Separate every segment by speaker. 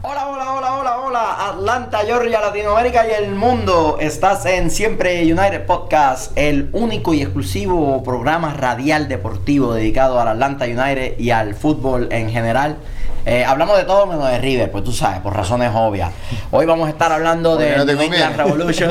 Speaker 1: Hola, hola, hola, hola, hola, Atlanta, Georgia, Latinoamérica y el mundo. Estás en Siempre United Podcast, el único y exclusivo programa radial deportivo dedicado al Atlanta United y al fútbol en general. Eh, hablamos de todo menos de River, pues tú sabes, por razones obvias. Hoy vamos a estar hablando
Speaker 2: Porque
Speaker 1: de
Speaker 2: no te
Speaker 1: New England
Speaker 2: conviene.
Speaker 1: Revolution.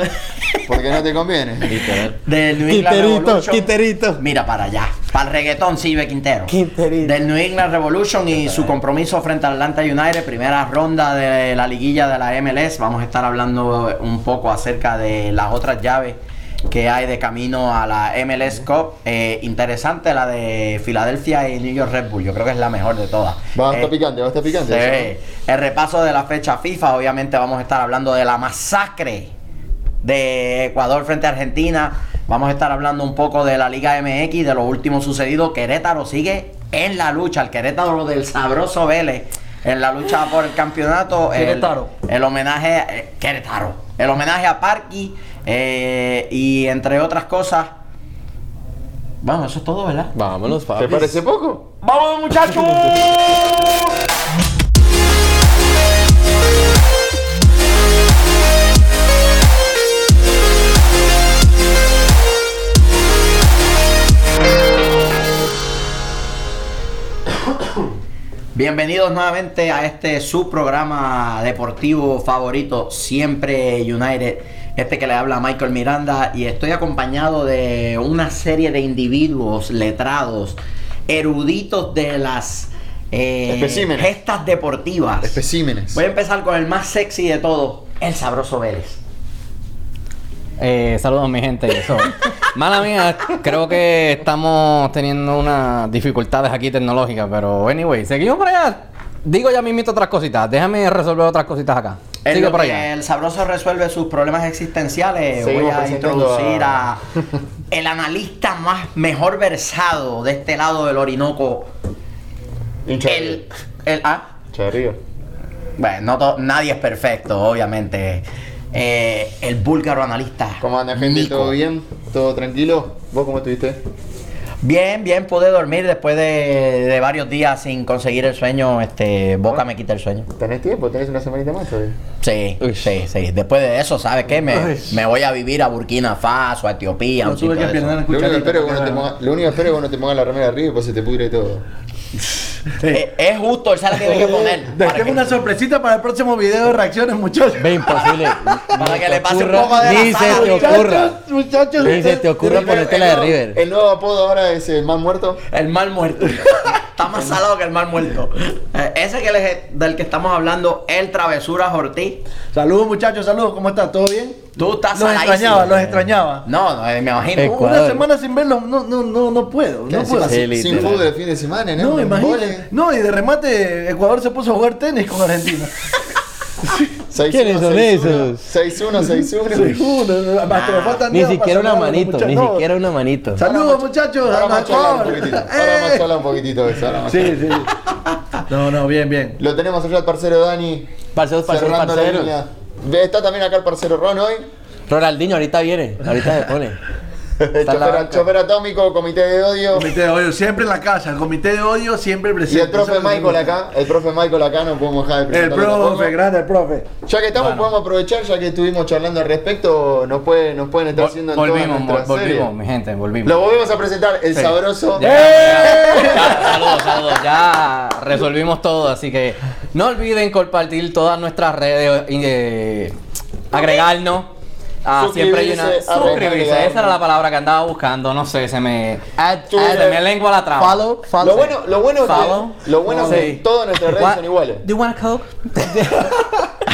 Speaker 2: ¿Por qué no te conviene?
Speaker 3: Listo, a ver.
Speaker 1: del New England
Speaker 4: Quinterito,
Speaker 1: Revolution.
Speaker 4: Quinterito.
Speaker 1: Mira para allá. Para el reggaetón sirve Quintero.
Speaker 4: Quinterito.
Speaker 1: Del New England Revolution y su compromiso frente al Atlanta United, primera ronda de la liguilla de la MLS. Vamos a estar hablando un poco acerca de las otras llaves que hay de camino a la MLS Cup. Eh, interesante la de Filadelfia y New York Red Bull. Yo creo que es la mejor de todas.
Speaker 2: Va a
Speaker 1: Eh,
Speaker 2: estar picante, va a estar picante.
Speaker 1: se
Speaker 2: eso,
Speaker 1: ve. El repaso de la fecha FIFA, obviamente vamos a estar hablando de la masacre de Ecuador frente a Argentina. Vamos a estar hablando un poco de la Liga MX, de lo último sucedido. Querétaro sigue en la lucha, el Querétaro del sabroso Vélez, en la lucha por el campeonato. El-
Speaker 4: Querétaro.
Speaker 1: El, homenaje a eh, Querétaro. El homenaje a Parky eh, y entre otras cosas. Bueno, eso es todo, ¿verdad?
Speaker 3: Vámonos,
Speaker 2: ¿no?
Speaker 3: papi.
Speaker 2: ¿Te parece poco?
Speaker 1: ¡Vamos, muchachos! Bienvenidos nuevamente a este su programa deportivo favorito, siempre United. Este que le habla Michael Miranda y estoy acompañado de una serie de individuos letrados, eruditos de las eh,
Speaker 2: Especímenes.
Speaker 1: gestas deportivas.
Speaker 2: Especímenes.
Speaker 1: Voy a empezar con el más sexy de todos, el sabroso Vélez.
Speaker 3: Eh, saludos, mi gente. Eso. Mala mía, creo que estamos teniendo unas dificultades aquí tecnológicas, pero anyway, seguimos por allá. Digo ya mismito otras cositas. Déjame resolver otras cositas acá.
Speaker 1: En
Speaker 3: Sigue
Speaker 1: lo
Speaker 3: por
Speaker 1: que
Speaker 3: allá.
Speaker 1: El sabroso resuelve sus problemas existenciales.
Speaker 2: Seguimos
Speaker 1: Voy a
Speaker 2: presentando
Speaker 1: introducir
Speaker 2: a-
Speaker 1: a el analista más mejor versado de este lado del Orinoco.
Speaker 2: Hincha de
Speaker 1: El,
Speaker 2: River.
Speaker 1: el ah,
Speaker 2: Hincha de River.
Speaker 1: bueno, no to- nadie es perfecto, obviamente. Eh, el búlgaro analista.
Speaker 2: ¿Cómo anda, gente?
Speaker 1: Nico.
Speaker 2: ¿Todo bien? ¿Todo tranquilo? ¿Vos cómo estuviste?
Speaker 1: Bien, bien, pude dormir después de, de varios días sin conseguir el sueño. Este, Boca me quita el sueño.
Speaker 2: ¿Tenés tiempo? ¿Tenés una semanita más todavía?
Speaker 1: Sí,
Speaker 3: Uy.
Speaker 1: sí, sí. Después de eso, ¿sabes qué? Me,
Speaker 4: Uy.
Speaker 1: me voy a vivir a Burkina Faso, a Etiopía. un sitio de esos.
Speaker 2: Lo único que espero es que no te ponga- lo único que espero es que no te pongas la remera de River, pues se te pudre todo.
Speaker 1: Eh, es justo, él se la tiene que poner. para que,
Speaker 4: Dejemos una sorpresita para el próximo video de reacciones, muchachos.
Speaker 3: Ve imposible.
Speaker 1: para
Speaker 3: Ni
Speaker 1: que
Speaker 3: te
Speaker 1: le pase un
Speaker 3: ocurra-
Speaker 1: poco de la
Speaker 3: Ni se
Speaker 1: sal.
Speaker 3: te ocurra.
Speaker 4: Muchachos, muchachos.
Speaker 3: Ni se te ocurra
Speaker 2: River,
Speaker 3: ponerte la de
Speaker 2: el nuevo-
Speaker 3: River.
Speaker 2: El nuevo apodo ahora es el más muerto.
Speaker 1: El mal muerto. Está más salado que el mal muerto. Eh, ese que les- del que estamos hablando, el Travesuras Ortiz.
Speaker 4: Saludos, muchachos, saludos. ¿Cómo estás? ¿Todo bien?
Speaker 1: Tú estás
Speaker 4: Los
Speaker 1: saladísimo.
Speaker 4: extrañaba, los extrañaba.
Speaker 1: No, no, eh, me imagino.
Speaker 3: Eh,
Speaker 4: Una
Speaker 3: Ecuador.
Speaker 4: semana sin verlos, no, no, no, no puedo. No
Speaker 2: Encima,
Speaker 4: puedo.
Speaker 3: Sí,
Speaker 2: sin, sin
Speaker 3: literal.
Speaker 2: fútbol el fin de semana, ¿no?
Speaker 4: No,
Speaker 2: Un
Speaker 4: imagínate.
Speaker 2: vole.
Speaker 4: No, y de remate Ecuador se puso a jugar tenis con Argentina.
Speaker 2: 6-1,
Speaker 3: ¿Quiénes son
Speaker 2: 6-1,
Speaker 3: esos?
Speaker 2: 6-1, 6-1.
Speaker 4: Uno, hasta le faltan
Speaker 3: Ni
Speaker 4: dedos para
Speaker 3: siquiera una
Speaker 4: saludarlo,
Speaker 3: manito,
Speaker 4: muchachos.
Speaker 3: ni
Speaker 4: No.
Speaker 3: siquiera una manito.
Speaker 4: Saludos, muchachos.
Speaker 2: Ahora
Speaker 4: a
Speaker 2: vamos a charlar un
Speaker 4: Ecuador.
Speaker 2: poquitito. Ahora vamos a
Speaker 4: Eh.
Speaker 2: charlar un poquitito de eso. ahora vamos a
Speaker 4: Sí, sí. No, no, bien, bien.
Speaker 2: Lo tenemos allá al parcero Dani.
Speaker 3: Parceros, parceros,
Speaker 2: cerrando la
Speaker 3: parceros.
Speaker 2: línea. Ve, Está también acá el parcero Ron hoy.
Speaker 3: Ronaldinho, ahorita viene. Ahorita se pone. Está en la
Speaker 2: Chofer,
Speaker 3: banca.
Speaker 2: chofer atómico, comité de odio.
Speaker 4: Comité de odio, siempre en la casa, el comité de odio siempre presente.
Speaker 2: Y el profe
Speaker 4: Eso es lo que
Speaker 2: Michael
Speaker 4: me gusta.
Speaker 2: acá. El profe Michael acá, no podemos dejar de
Speaker 4: El
Speaker 2: presentarlo
Speaker 4: profe,
Speaker 2: tampoco.
Speaker 4: grande el profe.
Speaker 2: Ya que estamos, podemos aprovechar, ya que estuvimos charlando al respecto, nos, puede- nos pueden estar haciendo en
Speaker 3: Vol-
Speaker 2: todas
Speaker 3: Volvimos, vol-
Speaker 2: nuestras series.
Speaker 3: volvimos, mi gente, volvimos.
Speaker 2: Lo volvemos a presentar, el sabroso. ¡Eh!
Speaker 3: Ya, Saludos, saludos. Ya resolvimos todo, así que no olviden compartir todas nuestras redes, eh, agregarnos. a siempre hay una.
Speaker 2: Suscribirse,
Speaker 3: Suscribirse,
Speaker 2: agregar.
Speaker 3: esa era la palabra que andaba buscando, no sé, se me.
Speaker 2: to
Speaker 3: se
Speaker 2: the-
Speaker 3: me lengua la traba.
Speaker 4: Follow, follow.
Speaker 2: Lo bueno, lo bueno es
Speaker 3: Follow.
Speaker 2: que, lo bueno es que
Speaker 3: Sí.
Speaker 2: todas nuestras redes
Speaker 3: What-
Speaker 2: son iguales.
Speaker 3: Do you want a Coke?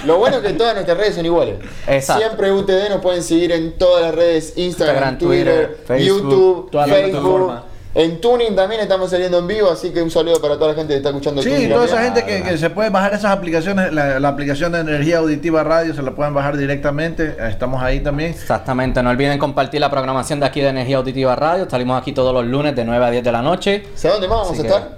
Speaker 2: Lo bueno es que todas nuestras redes son iguales.
Speaker 3: Exacto.
Speaker 2: Siempre UTD nos pueden seguir en todas las redes: Instagram,
Speaker 3: Instagram,
Speaker 2: Twitter,
Speaker 3: Twitter, Facebook,
Speaker 2: YouTube,
Speaker 4: todas las
Speaker 2: Facebook.
Speaker 4: plataformas.
Speaker 2: En Tuning también estamos saliendo en vivo, así que un saludo para toda la gente que está escuchando
Speaker 4: Sí,
Speaker 2: Tuning
Speaker 4: toda
Speaker 2: también.
Speaker 4: esa gente que, que se puede bajar esas aplicaciones, la, la aplicación de energía auditiva radio, se la pueden bajar directamente, estamos ahí también.
Speaker 3: Exactamente, no olviden compartir la programación de aquí de Energía Auditiva Radio. Salimos aquí todos los lunes de 9 a 10 de la noche.
Speaker 2: ¿Sabes dónde más vamos
Speaker 3: Así
Speaker 2: a
Speaker 3: que-
Speaker 2: estar?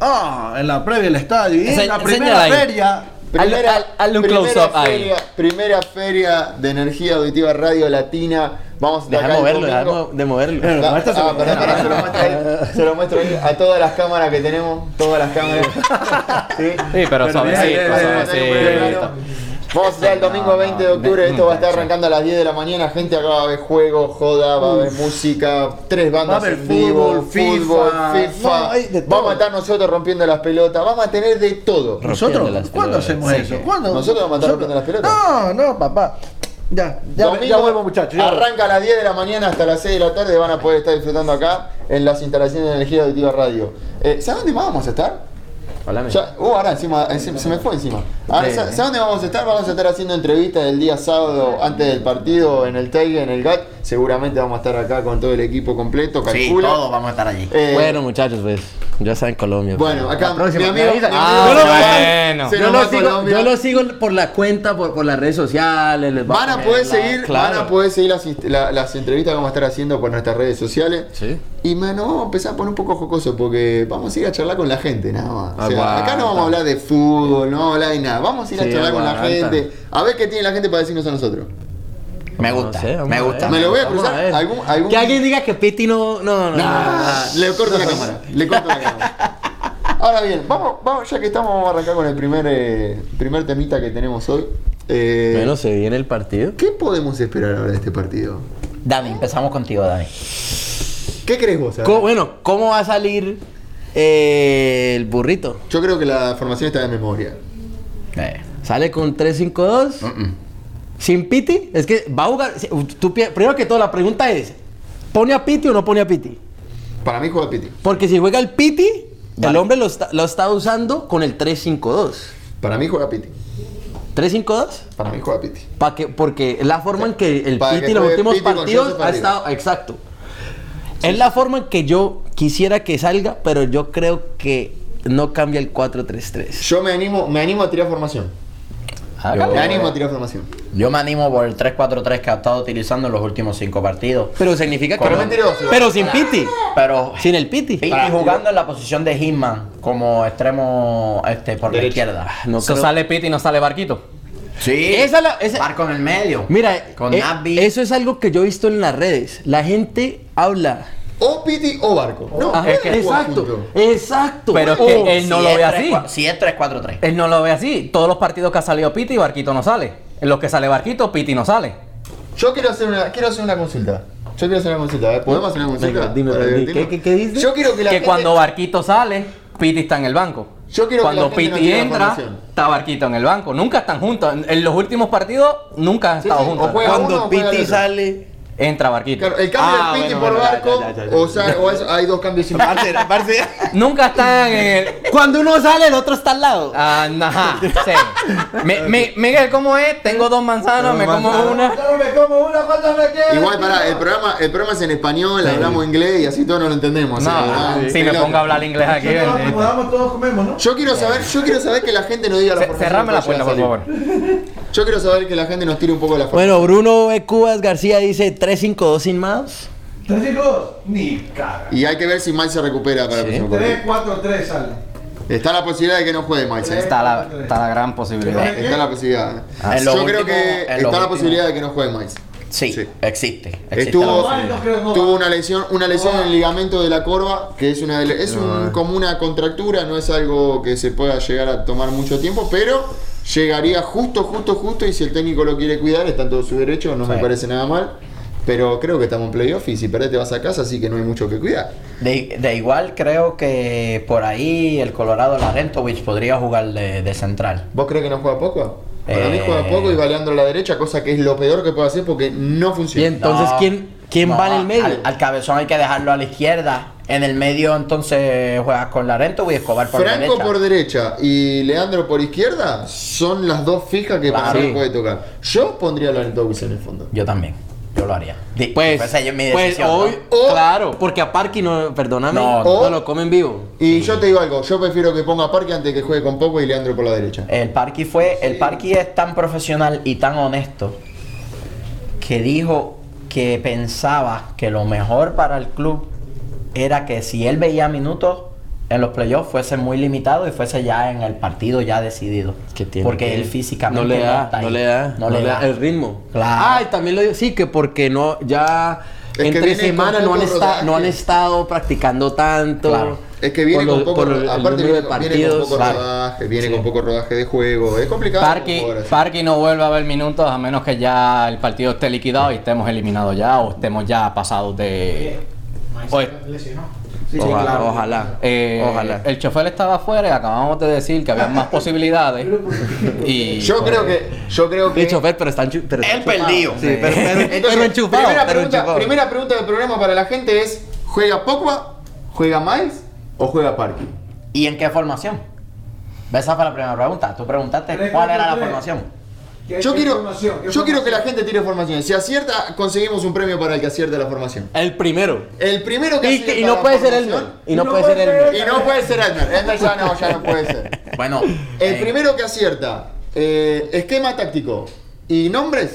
Speaker 4: Ah, en la previa del estadio y en
Speaker 3: Ense-
Speaker 4: la
Speaker 3: enséñala
Speaker 4: primera
Speaker 3: ahí.
Speaker 4: feria
Speaker 2: Primera,
Speaker 5: Hazle- hazle un
Speaker 2: primera
Speaker 5: close-up ahí.
Speaker 2: feria, primera feria de energía auditiva radio latina. Vamos de
Speaker 3: Deja
Speaker 2: acá el
Speaker 3: moverlo, deja
Speaker 2: domingo.
Speaker 3: mo- de moverlo.
Speaker 2: Da-
Speaker 1: Pero muéstraselo.
Speaker 2: ah, perdón, perdón, se lo muestro ahí, se lo muestro ahí a todas las cámaras que tenemos, todas las cámaras. Sí.
Speaker 5: Sí, pero
Speaker 4: bien,
Speaker 5: suavecito,
Speaker 4: bien,
Speaker 5: suavecito.
Speaker 2: Vamos a estar el domingo 20 de octubre, esto va a estar arrancando a las 10 de la mañana, gente acá va a haber juego, joda, va a haber música, tres
Speaker 4: Va a
Speaker 2: bandas
Speaker 4: haber
Speaker 2: en vivo,
Speaker 4: fútbol, FIFA.
Speaker 2: FIFA.
Speaker 3: No, hay de todo.
Speaker 2: vamos a estar nosotros rompiendo las pelotas, vamos a tener de todo.
Speaker 3: Rompiendo
Speaker 4: ¿Nosotros?
Speaker 3: las
Speaker 4: ¿Cuándo
Speaker 3: pelotas.
Speaker 4: hacemos
Speaker 3: Sí.
Speaker 4: eso? ¿Cuándo?
Speaker 2: Nosotros vamos a estar rompiendo las pelotas.
Speaker 4: No, no, papá. Ya, ya,
Speaker 2: Domingo,
Speaker 4: ya vuelvo, muchachos. ya vuelvo.
Speaker 2: Arranca a las 10 de la mañana hasta las 6 de la tarde. Van a poder estar disfrutando acá en las instalaciones de energía auditiva radio. Eh, ¿Sabes dónde más vamos a estar?
Speaker 3: Háblame.
Speaker 2: Ya- uh, ahora encima, encima- se me fue encima. Ahora,
Speaker 3: Sí,
Speaker 2: ¿sa-
Speaker 3: sí.
Speaker 2: ¿Sabes dónde vamos a estar? Vamos a estar haciendo entrevistas el día sábado antes del partido en el Tiger, en el GAT. Seguramente vamos a estar acá con todo el equipo completo.
Speaker 1: Sí,
Speaker 2: Calcula.
Speaker 1: todos vamos a estar allí.
Speaker 2: Eh,
Speaker 3: Bueno, muchachos, pues. Ya saben Colombia.
Speaker 2: bueno,
Speaker 3: pues.
Speaker 2: acá
Speaker 3: La próxima,
Speaker 2: mi
Speaker 3: me
Speaker 2: amigo.
Speaker 3: avisan.
Speaker 2: mi
Speaker 5: Ah,
Speaker 2: amigo se nos va-
Speaker 5: bueno.
Speaker 2: se
Speaker 3: yo,
Speaker 2: nos
Speaker 3: lo
Speaker 2: va
Speaker 3: sigo,
Speaker 2: Colombia.
Speaker 3: yo lo sigo por la cuenta, por, por las redes sociales. les va
Speaker 2: Van a
Speaker 3: poner
Speaker 2: poder
Speaker 3: la-
Speaker 2: seguir,
Speaker 3: claro.
Speaker 2: van a poder seguir las, inst- la- las entrevistas que vamos a estar haciendo por nuestras redes sociales.
Speaker 3: Sí.
Speaker 2: Y mano, vamos a empezar a poner un poco jocoso porque vamos a ir a charlar con la gente, nada más. O sea,
Speaker 3: Aguanta.
Speaker 2: acá no vamos a hablar de fútbol, no vamos a hablar de nada. Vamos a ir a
Speaker 3: Sí,
Speaker 2: charlar con la
Speaker 3: aguanta.
Speaker 2: gente, a ver qué tiene la gente para decirnos a nosotros.
Speaker 1: Me
Speaker 3: No
Speaker 1: gusta,
Speaker 3: sé, vamos
Speaker 1: me
Speaker 3: a
Speaker 1: gusta.
Speaker 3: ver.
Speaker 2: Me lo voy a
Speaker 3: Vamos
Speaker 2: cruzar.
Speaker 3: ver.
Speaker 2: Algún- algún-
Speaker 3: Que alguien diga que Piti no. No, no, no.
Speaker 2: Ah,
Speaker 3: no.
Speaker 2: le corto la cámara, le corto la cámara. Ahora bien, vamos, vamos, ya que estamos, vamos a arrancar con el primer, eh, primer temita que tenemos hoy. Eh,
Speaker 3: Bueno, se viene el partido.
Speaker 2: ¿Qué podemos esperar ahora de este partido?
Speaker 1: Dani, empezamos contigo, Dani.
Speaker 2: ¿Qué crees vos? Ale?
Speaker 3: Co- bueno, ¿cómo va a salir eh, el burrito?
Speaker 2: Yo creo que la formación está de memoria.
Speaker 1: Eh,
Speaker 3: ¿Sale con 3-5-2? ¿Sin Piti? Es que va a jugar. si- uh, tú pi- primero que todo, la pregunta es: ¿pone a Piti o no pone a Piti?
Speaker 2: Para mí juega Piti.
Speaker 3: Porque si juega el Piti, el hombre lo está, lo está usando con el 3-5-2.
Speaker 2: Para mí juega Piti.
Speaker 3: ¿3-5-2?
Speaker 2: Para mí juega Piti.
Speaker 3: Pa' que, porque es la forma en que el
Speaker 2: Para
Speaker 3: Piti
Speaker 2: que
Speaker 3: en los
Speaker 2: juegue
Speaker 3: últimos
Speaker 2: Pitti con
Speaker 3: partidos
Speaker 2: Joseph
Speaker 3: ha
Speaker 2: Arias.
Speaker 3: estado. Exacto. es la forma en que yo quisiera que salga, pero yo creo que no cambia el 4-3-3.
Speaker 2: Yo me animo, me animo a tirar formación.
Speaker 1: hágalo.
Speaker 2: Me animo a tirar formación.
Speaker 1: Yo me animo por el 3-4-3 que ha estado utilizando en los últimos cinco partidos.
Speaker 3: Pero significa que.
Speaker 2: Pero
Speaker 3: no-
Speaker 2: mentiroso.
Speaker 3: pero sin Piti.
Speaker 1: Pero
Speaker 3: Sin el Piti.
Speaker 1: Piti jugando en la posición de Hitman como extremo este, por la
Speaker 2: Derecho.
Speaker 1: izquierda.
Speaker 3: Ah, No
Speaker 5: Eso
Speaker 3: creo-
Speaker 5: sale Piti y no sale Barquito.
Speaker 1: Sí.
Speaker 3: Esa la- esa-
Speaker 1: Barco en el medio.
Speaker 3: Mira,
Speaker 1: con
Speaker 3: eh,
Speaker 1: Nabi.
Speaker 3: eso es algo que yo he visto en las redes. La gente habla.
Speaker 2: O Piti o Barco. No,
Speaker 3: Ajá,
Speaker 2: pueden jugar juntos.
Speaker 3: exacto, exacto. Oh,
Speaker 5: Pero es
Speaker 3: O-
Speaker 5: que él no
Speaker 1: Si
Speaker 5: lo
Speaker 1: es
Speaker 5: ve
Speaker 1: tres,
Speaker 5: así.
Speaker 1: cua- Si es 3-4-3.
Speaker 5: Él no lo ve así. Todos los partidos que ha salido Piti, Barquito no sale. En los que sale Barquito, Piti no sale.
Speaker 2: Yo quiero hacer una, quiero hacer una consulta. Yo quiero hacer una consulta. ¿eh? ¿Podemos hacer una consulta?
Speaker 3: Venga, dime,
Speaker 2: Para
Speaker 3: Randy,
Speaker 2: divertirnos.
Speaker 3: ¿qué- qué- qué dices?
Speaker 2: Yo quiero que
Speaker 5: Que
Speaker 2: la gente-
Speaker 5: cuando Barquito sale, Piti está en el banco.
Speaker 2: Yo quiero que
Speaker 5: cuando
Speaker 2: la gente no
Speaker 5: Piti
Speaker 2: tire la
Speaker 5: entra,
Speaker 2: formación.
Speaker 5: está Barquito en el banco. Nunca están juntos. En- En los últimos partidos nunca han
Speaker 2: Sí,
Speaker 5: estado
Speaker 2: sí, o
Speaker 5: juntos.
Speaker 2: juega- uno,
Speaker 3: Cuando
Speaker 2: juega el
Speaker 3: Piti
Speaker 2: otro.
Speaker 3: sale.
Speaker 5: Entra Barquito.
Speaker 2: Claro, el cambio
Speaker 3: Ah,
Speaker 2: del Piti
Speaker 3: bueno,
Speaker 2: por
Speaker 3: bueno, ya,
Speaker 2: Barco,
Speaker 3: ya, ya, ya.
Speaker 2: o sea, o es- hay dos cambios similares.
Speaker 3: Parce, parce.
Speaker 5: Nunca están en el.
Speaker 3: Cuando uno sale, el otro está al lado.
Speaker 5: Ah, ajá, sí. Me- me- Miguel, ¿cómo es? Tengo dos manzanas, me como una.
Speaker 2: Igual, pará, el programa, el programa es en español, hablamos inglés y así todos no lo entendemos.
Speaker 5: No,
Speaker 2: así que, ah,
Speaker 5: si me
Speaker 2: pelota.
Speaker 5: pongo a hablar inglés aquí.
Speaker 4: Nos
Speaker 5: bendito.
Speaker 4: acomodamos, todos comemos, ¿no?
Speaker 2: Yo quiero saber, yo quiero saber que la gente no diga la
Speaker 5: Ce-
Speaker 2: formación
Speaker 5: Cerrame
Speaker 2: que
Speaker 5: la
Speaker 2: vaya a
Speaker 5: puerta, por
Speaker 2: salir.
Speaker 5: favor.
Speaker 2: Yo quiero saber que la gente nos tire un poco la formación.
Speaker 3: Bueno, Bruno B. Cubas García dice 352 sin más.
Speaker 4: ¿Tres chicos? Ni cara.
Speaker 2: Y hay que ver si Mike se recupera para el
Speaker 3: Sí.
Speaker 2: próximo
Speaker 4: Tres,
Speaker 2: partido.
Speaker 4: cuatro, tres sale.
Speaker 2: Está la posibilidad de que no juegue Mike. ¿eh?
Speaker 5: Está la, está la gran posibilidad.
Speaker 2: Está la posibilidad.
Speaker 1: Ah, en
Speaker 2: Yo
Speaker 1: lo
Speaker 2: creo
Speaker 1: último-
Speaker 2: que
Speaker 1: en
Speaker 2: está
Speaker 1: lo
Speaker 2: la
Speaker 1: último.
Speaker 2: posibilidad de que no juegue Mike.
Speaker 1: Sí,
Speaker 2: Sí.
Speaker 1: existe. existe
Speaker 2: Estuvo,
Speaker 1: la
Speaker 4: Ay, no creo, no.
Speaker 2: tuvo una lesión, una lesión en el ligamento de la corva, que es una de la- es un-
Speaker 1: eh.
Speaker 2: como una contractura, no es algo que se pueda llegar a tomar mucho tiempo, pero llegaría justo, justo, justo, y si el técnico lo quiere cuidar, está en todo su derecho, no me
Speaker 1: Sí.
Speaker 2: parece nada mal. Pero creo que estamos en playoff y si perdés te vas a casa, así que no hay mucho que cuidar.
Speaker 1: De, de igual creo que por ahí el Colorado Larentovich podría jugar de, de central.
Speaker 2: ¿Vos crees que no juega poco? Para mí
Speaker 1: Eh.
Speaker 2: juega poco y va Leandro a la derecha, cosa que es lo peor que puede hacer porque no
Speaker 3: Y
Speaker 2: funciona.
Speaker 3: entonces,
Speaker 1: No,
Speaker 3: ¿quién, quién
Speaker 1: no,
Speaker 3: va en el medio?
Speaker 1: Al, al cabezón hay que dejarlo a la izquierda. En el medio entonces juegas con Larentovich y Escobar por
Speaker 2: Franco
Speaker 1: derecha.
Speaker 2: por derecha y Leandro por izquierda son las dos fijas que
Speaker 1: Claro.
Speaker 2: para mí
Speaker 1: Sí.
Speaker 2: puede tocar. Yo pondría a Larentovich en el fondo.
Speaker 1: Yo también. Yo lo haría. Di-
Speaker 3: Pues,
Speaker 1: esa es mi
Speaker 3: pues
Speaker 1: decisión, ¿no?
Speaker 3: hoy,
Speaker 2: O-
Speaker 3: claro, porque a Parky no, perdóname,
Speaker 1: No,
Speaker 3: no,
Speaker 2: no.
Speaker 3: lo comen vivo.
Speaker 2: Y yo te digo algo, yo prefiero que ponga a Parque antes que juegue con Poco y Leandro por la derecha.
Speaker 1: El Parky fue, el Parky es tan profesional y tan honesto que dijo que pensaba que lo mejor para el club era que si él veía minutos, en los playoffs fuese muy limitado y fuese ya en el partido ya decidido.
Speaker 3: Que tiene
Speaker 1: porque
Speaker 3: que-
Speaker 1: él físicamente
Speaker 3: no le da,
Speaker 1: está
Speaker 3: no
Speaker 1: ahí.
Speaker 3: le da,
Speaker 1: No le da.
Speaker 3: el ritmo.
Speaker 1: Claro.
Speaker 3: Ah, y también lo digo, sí, que porque no ya
Speaker 2: Es que
Speaker 3: entre
Speaker 2: viene con
Speaker 3: semana no
Speaker 2: poco
Speaker 3: han, esta- no han
Speaker 2: rodaje.
Speaker 3: estado practicando tanto.
Speaker 1: Claro.
Speaker 2: Es que viene
Speaker 3: Por
Speaker 2: con
Speaker 3: lo-
Speaker 2: poco,
Speaker 3: por el
Speaker 2: aparte
Speaker 3: número
Speaker 2: viene,
Speaker 3: de
Speaker 2: con- viene con
Speaker 3: partidos,
Speaker 2: poco
Speaker 3: claro.
Speaker 2: rodaje, viene con poco rodaje de juego, es complicado.
Speaker 5: Parky,
Speaker 2: jugar así.
Speaker 5: Parky no vuelve a ver minutos a menos que ya el partido esté liquidado y estemos eliminados ya o estemos ya pasados de. Oye,
Speaker 1: Sí, sí,
Speaker 3: ojalá,
Speaker 1: claro.
Speaker 3: ojalá.
Speaker 5: eh,
Speaker 3: ojalá.
Speaker 5: El chofer estaba afuera y acabamos de decir que había más posibilidades. y
Speaker 2: Yo creo que, yo creo que.
Speaker 3: El chofer, pero están chu- pero
Speaker 1: Él
Speaker 3: están chupados.
Speaker 1: perdió.
Speaker 3: Sí, pero, pero-
Speaker 2: Entonces,
Speaker 3: pero enchufado,
Speaker 2: primera,
Speaker 3: pero
Speaker 2: pregunta,
Speaker 3: enchufado.
Speaker 2: primera pregunta del programa para la gente es: ¿juega Pogba, juega Miles o juega Parky?
Speaker 1: ¿Y en qué formación? Esa fue la primera pregunta. Tú preguntaste
Speaker 6: Tres,
Speaker 1: cuál
Speaker 6: cuatro,
Speaker 1: era la
Speaker 6: tres.
Speaker 1: formación.
Speaker 6: ¿Qué-
Speaker 2: Yo
Speaker 6: qué
Speaker 2: quiero,
Speaker 6: formación? ¿Qué
Speaker 2: yo quiero
Speaker 6: formación?
Speaker 2: que la gente tire formaciones. Si acierta, conseguimos un premio para el que acierta la formación.
Speaker 3: El primero.
Speaker 2: El primero que
Speaker 3: Y,
Speaker 2: acierta
Speaker 3: y
Speaker 2: la
Speaker 3: no puede ser Elmer.
Speaker 2: formación-
Speaker 3: Y no puede ser Elmer.
Speaker 2: Y no puede ser Elmer. Elmer ya no, ya no puede ser.
Speaker 1: Bueno,
Speaker 2: El
Speaker 1: eh,
Speaker 2: primero que acierta eh, esquema táctico y nombres,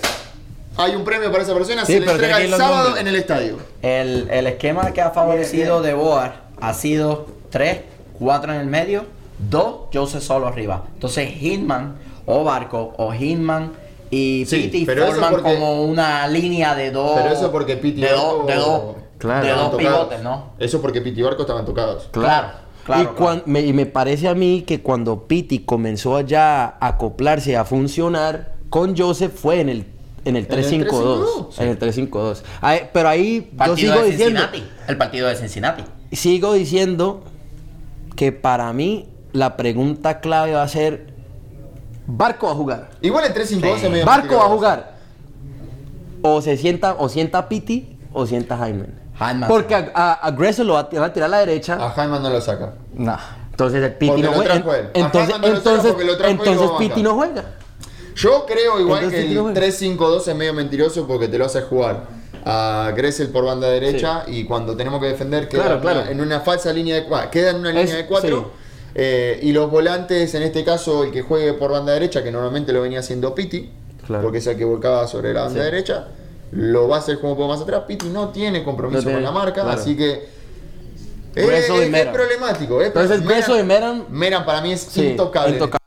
Speaker 2: hay un premio para esa persona.
Speaker 3: Sí,
Speaker 2: se le
Speaker 3: pero
Speaker 2: entrega
Speaker 3: tiene que
Speaker 2: el
Speaker 3: ir los
Speaker 2: sábado
Speaker 3: nombres.
Speaker 2: en el estadio.
Speaker 1: el, el esquema que ha favorecido de Boar ha sido 3, 4 en el medio, 2 Joseph solo arriba. Entonces Hitman o Barco o Hitman y
Speaker 2: Sí,
Speaker 1: Pitti
Speaker 2: pero eso
Speaker 1: forman
Speaker 2: porque-
Speaker 1: como una línea de dos.
Speaker 2: Pero eso porque
Speaker 1: Oh.
Speaker 2: Pitti
Speaker 1: de
Speaker 2: Barco-
Speaker 1: dos, de dos,
Speaker 3: Claro,
Speaker 1: de
Speaker 2: Estaban
Speaker 1: dos
Speaker 2: tocados.
Speaker 1: pivotes, ¿no?
Speaker 2: Eso porque Piti Barco estaban tocados.
Speaker 1: Claro, claro.
Speaker 3: y, cuan- me, y me parece a mí que cuando Pitti comenzó ya a acoplarse, a funcionar con Joseph fue en el en el 352,
Speaker 2: 3-5-2,
Speaker 3: en el 352. Ahí- pero ahí yo
Speaker 1: Partido
Speaker 3: sigo
Speaker 1: de
Speaker 3: diciendo,
Speaker 1: Cincinnati. El partido de Cincinnati.
Speaker 3: sigo diciendo que para mí la pregunta clave va a ser Barco va a jugar.
Speaker 2: Igual el 3-5-2 es medio
Speaker 3: Barco va a
Speaker 2: mentiroso.
Speaker 3: jugar. O se sienta o sienta Pitti o sienta Jaime.
Speaker 1: Hyman.
Speaker 3: Porque a, a, a Gressel lo va a, tirar- va a tirar a la derecha.
Speaker 2: A Hyman no lo saca.
Speaker 5: Nah.
Speaker 3: Entonces el Piti
Speaker 2: Porque
Speaker 3: no
Speaker 2: lo
Speaker 3: juega.
Speaker 2: trajo él.
Speaker 3: En- Entonces,
Speaker 2: Ajá, cuando lo trajo,
Speaker 3: entonces,
Speaker 2: porque lo trajo él y lo
Speaker 3: entonces
Speaker 2: banca.
Speaker 3: Piti no juega.
Speaker 2: Yo creo igual
Speaker 3: Entonces,
Speaker 2: que
Speaker 3: ¿qué
Speaker 2: el
Speaker 3: bueno?
Speaker 2: 3-5-2 es medio mentiroso porque te lo hace jugar a Gressel por banda derecha y cuando tenemos que defender queda
Speaker 3: Claro,
Speaker 2: en una-
Speaker 3: claro.
Speaker 2: en una falsa línea de cuatro. Queda en una línea
Speaker 3: Es-
Speaker 2: de cuatro. eh, y los volantes, en este caso, el que juegue por banda derecha, que normalmente lo venía haciendo Piti,
Speaker 3: Claro.
Speaker 2: porque es el que volcaba sobre la banda derecha, lo va a hacer como un poco más atrás. Piti no tiene compromiso
Speaker 3: No tiene-
Speaker 2: con la marca,
Speaker 3: claro.
Speaker 2: así que. eh,
Speaker 3: Grueso y
Speaker 2: es, es
Speaker 3: Meran.
Speaker 2: problemático. es-
Speaker 3: Entonces, Grueso y Meran-
Speaker 2: Meran para mí es
Speaker 3: Sí,
Speaker 2: intocable.
Speaker 3: intocable.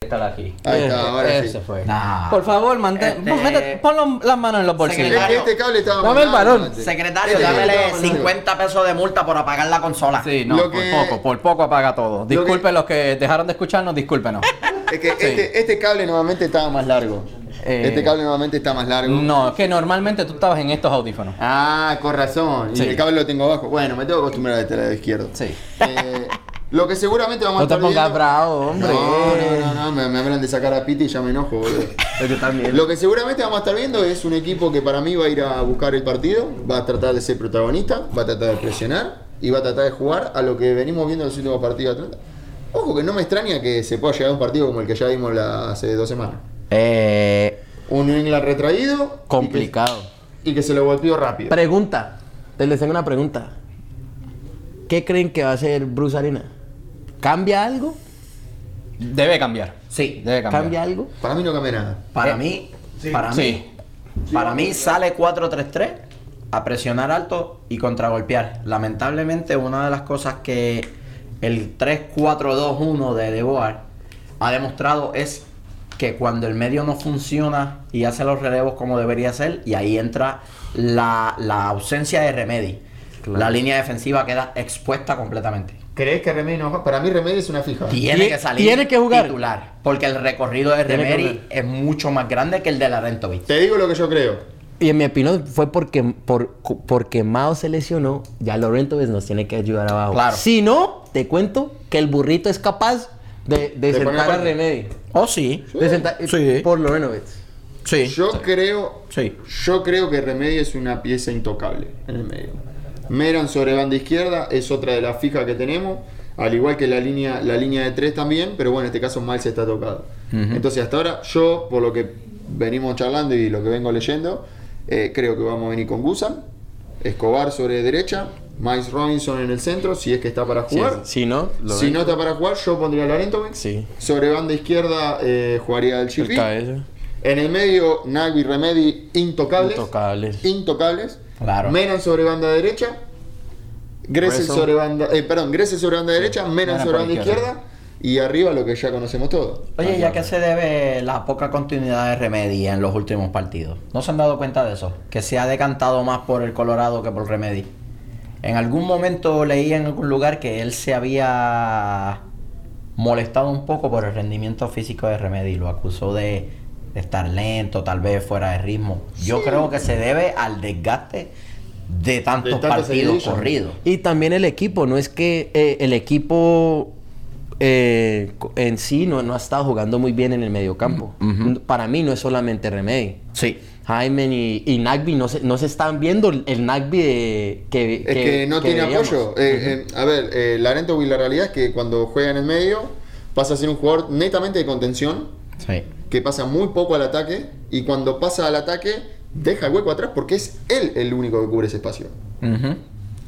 Speaker 5: Está aquí.
Speaker 2: Ahí
Speaker 3: Eh,
Speaker 2: está, ahora sí.
Speaker 5: Ese fue.
Speaker 1: Nah.
Speaker 5: Por favor, mantén.
Speaker 1: Este-
Speaker 5: mete- pon lo- las manos en los bolsillos.
Speaker 1: Secretario.
Speaker 2: Es que este cable estaba
Speaker 3: Dame el
Speaker 2: mal,
Speaker 3: varón.
Speaker 2: antes.
Speaker 1: Secretario,
Speaker 2: Sí,
Speaker 1: dámele
Speaker 2: Este estaba mal.
Speaker 1: 50 pesos de multa por apagar la consola.
Speaker 5: Sí, no,
Speaker 2: Lo
Speaker 5: por
Speaker 2: que-
Speaker 5: poco, por poco apaga todo.
Speaker 2: que-
Speaker 5: Disculpen los que dejaron de escucharnos, discúlpenos.
Speaker 2: Es que este, este cable nuevamente estaba más largo.
Speaker 5: Eh,
Speaker 2: Este cable nuevamente está más largo.
Speaker 5: no, es que normalmente tú estabas en estos audífonos.
Speaker 2: Ah, con razón.
Speaker 5: Sí.
Speaker 2: Y el cable lo tengo abajo. Bueno, me tengo que acostumbrar a este lado izquierdo.
Speaker 5: Sí.
Speaker 2: Eh, lo que seguramente vamos a
Speaker 3: No te
Speaker 2: estar
Speaker 3: pongas
Speaker 2: viendo-
Speaker 3: bravo, hombre.
Speaker 2: No, no, no, no, me, me hablan de sacar a Piti y ya me enojo, boludo. Eh, Lo que seguramente vamos a estar viendo es un equipo que para mí va a ir a buscar el partido, va a tratar de ser protagonista, va a tratar de presionar y va a tratar de jugar a lo que venimos viendo en los últimos partidos de Atlanta. Ojo que no me extraña que se pueda llegar a un partido como el que ya vimos la- hace dos semanas.
Speaker 3: Eh,
Speaker 2: Un New England retraído.
Speaker 3: complicado.
Speaker 2: Y que, y que se lo golpeó rápido.
Speaker 3: Pregunta. Te les tengo una pregunta. ¿Qué creen que va a hacer Bruce Arena? ¿Cambia algo?
Speaker 5: Debe cambiar.
Speaker 1: Sí.
Speaker 5: Debe cambiar. Eh,
Speaker 3: ¿Cambia algo?
Speaker 2: Para mí no cambia nada.
Speaker 1: Para mí, para
Speaker 5: Sí.
Speaker 1: mí, para mí sale 4-3-3 a presionar alto y contragolpear. Lamentablemente, una de las cosas que el 3-4-2-1 de Deboar ha demostrado es que cuando el medio no funciona y hace los relevos como debería ser, y ahí entra la, la ausencia de remedio. La línea defensiva queda expuesta completamente.
Speaker 2: ¿Crees que Remedio no Para mí Remedio es una fija.
Speaker 1: Tiene
Speaker 3: Tie-
Speaker 1: que salir
Speaker 3: tiene que jugar.
Speaker 1: titular. Porque el recorrido de
Speaker 3: Tiene que
Speaker 1: Remeri
Speaker 3: jugar.
Speaker 1: es mucho más grande que el de Larentovic.
Speaker 2: Te digo lo que yo creo.
Speaker 3: Y en mi opinión fue porque, por, porque Mao se lesionó, ya Laurento pues, nos tiene que ayudar abajo.
Speaker 1: Claro.
Speaker 3: Si no, te cuento que el burrito es capaz de, de
Speaker 2: De
Speaker 3: sentar
Speaker 2: poner
Speaker 3: a
Speaker 2: par-
Speaker 3: Remedy.
Speaker 1: Oh, sí.
Speaker 3: De sentar,
Speaker 1: Sí.
Speaker 3: Por Laurenovic.
Speaker 1: Sí.
Speaker 2: Yo creo.
Speaker 1: Sí.
Speaker 2: Yo creo que Remedio es una pieza intocable en el medio. Meran sobre banda izquierda es otra de las fijas que tenemos, al igual que la línea, la línea de tres también, pero bueno, en este caso Miles está tocado. Entonces hasta ahora yo, por lo que venimos charlando y lo que vengo leyendo, eh, creo que vamos a venir con Gusan, Escobar sobre derecha, Miles Robinson en el centro, si es que está para
Speaker 3: Sí,
Speaker 2: jugar.
Speaker 3: Si no,
Speaker 2: Si no está para jugar, yo pondría a Larentovic.
Speaker 3: Sí.
Speaker 2: Sobre banda izquierda eh, jugaría el Chipi.
Speaker 3: cabello.
Speaker 2: En el medio, Nagui y Remedy intocables.
Speaker 3: Intocables.
Speaker 2: Intocables.
Speaker 1: Claro.
Speaker 2: Menon sobre banda derecha. Gressel
Speaker 3: Gressel.
Speaker 2: sobre banda. eh, perdón, Gressel sobre banda derecha, Menon
Speaker 5: Menon
Speaker 2: sobre
Speaker 5: por
Speaker 2: banda izquierda.
Speaker 5: izquierda.
Speaker 2: Y arriba lo que ya conocemos todo.
Speaker 1: Oye, ¿ya que se debe la poca continuidad de Remedy en los últimos partidos? ¿No se han dado cuenta de eso? Que se ha decantado más por el Colorado que por Remedy. En algún momento leí en algún lugar que él se había molestado un poco por el rendimiento físico de Remedy. Lo acusó de estar lento, tal vez fuera de ritmo. Yo creo que se debe al desgaste de tantos
Speaker 2: tanta
Speaker 1: partidos
Speaker 2: seguidilla.
Speaker 1: corridos.
Speaker 3: Y también el equipo, no es que eh, el equipo eh, co- en sí no, no ha estado jugando muy bien en el mediocampo. Para mí no es solamente Remedy.
Speaker 1: Sí.
Speaker 3: Jaime y, y Nagby no se, no se están viendo el- el Nagby de- que,
Speaker 2: Es que, no tiene
Speaker 3: veíamos.
Speaker 2: apoyo. Eh, eh, a ver, eh, Larento y la realidad es que cuando juega en el medio pasa a ser un jugador netamente de contención,
Speaker 1: Sí.
Speaker 2: que pasa muy poco al ataque, y cuando pasa al ataque deja el hueco atrás porque es él el único que cubre ese espacio.
Speaker 1: Ujú.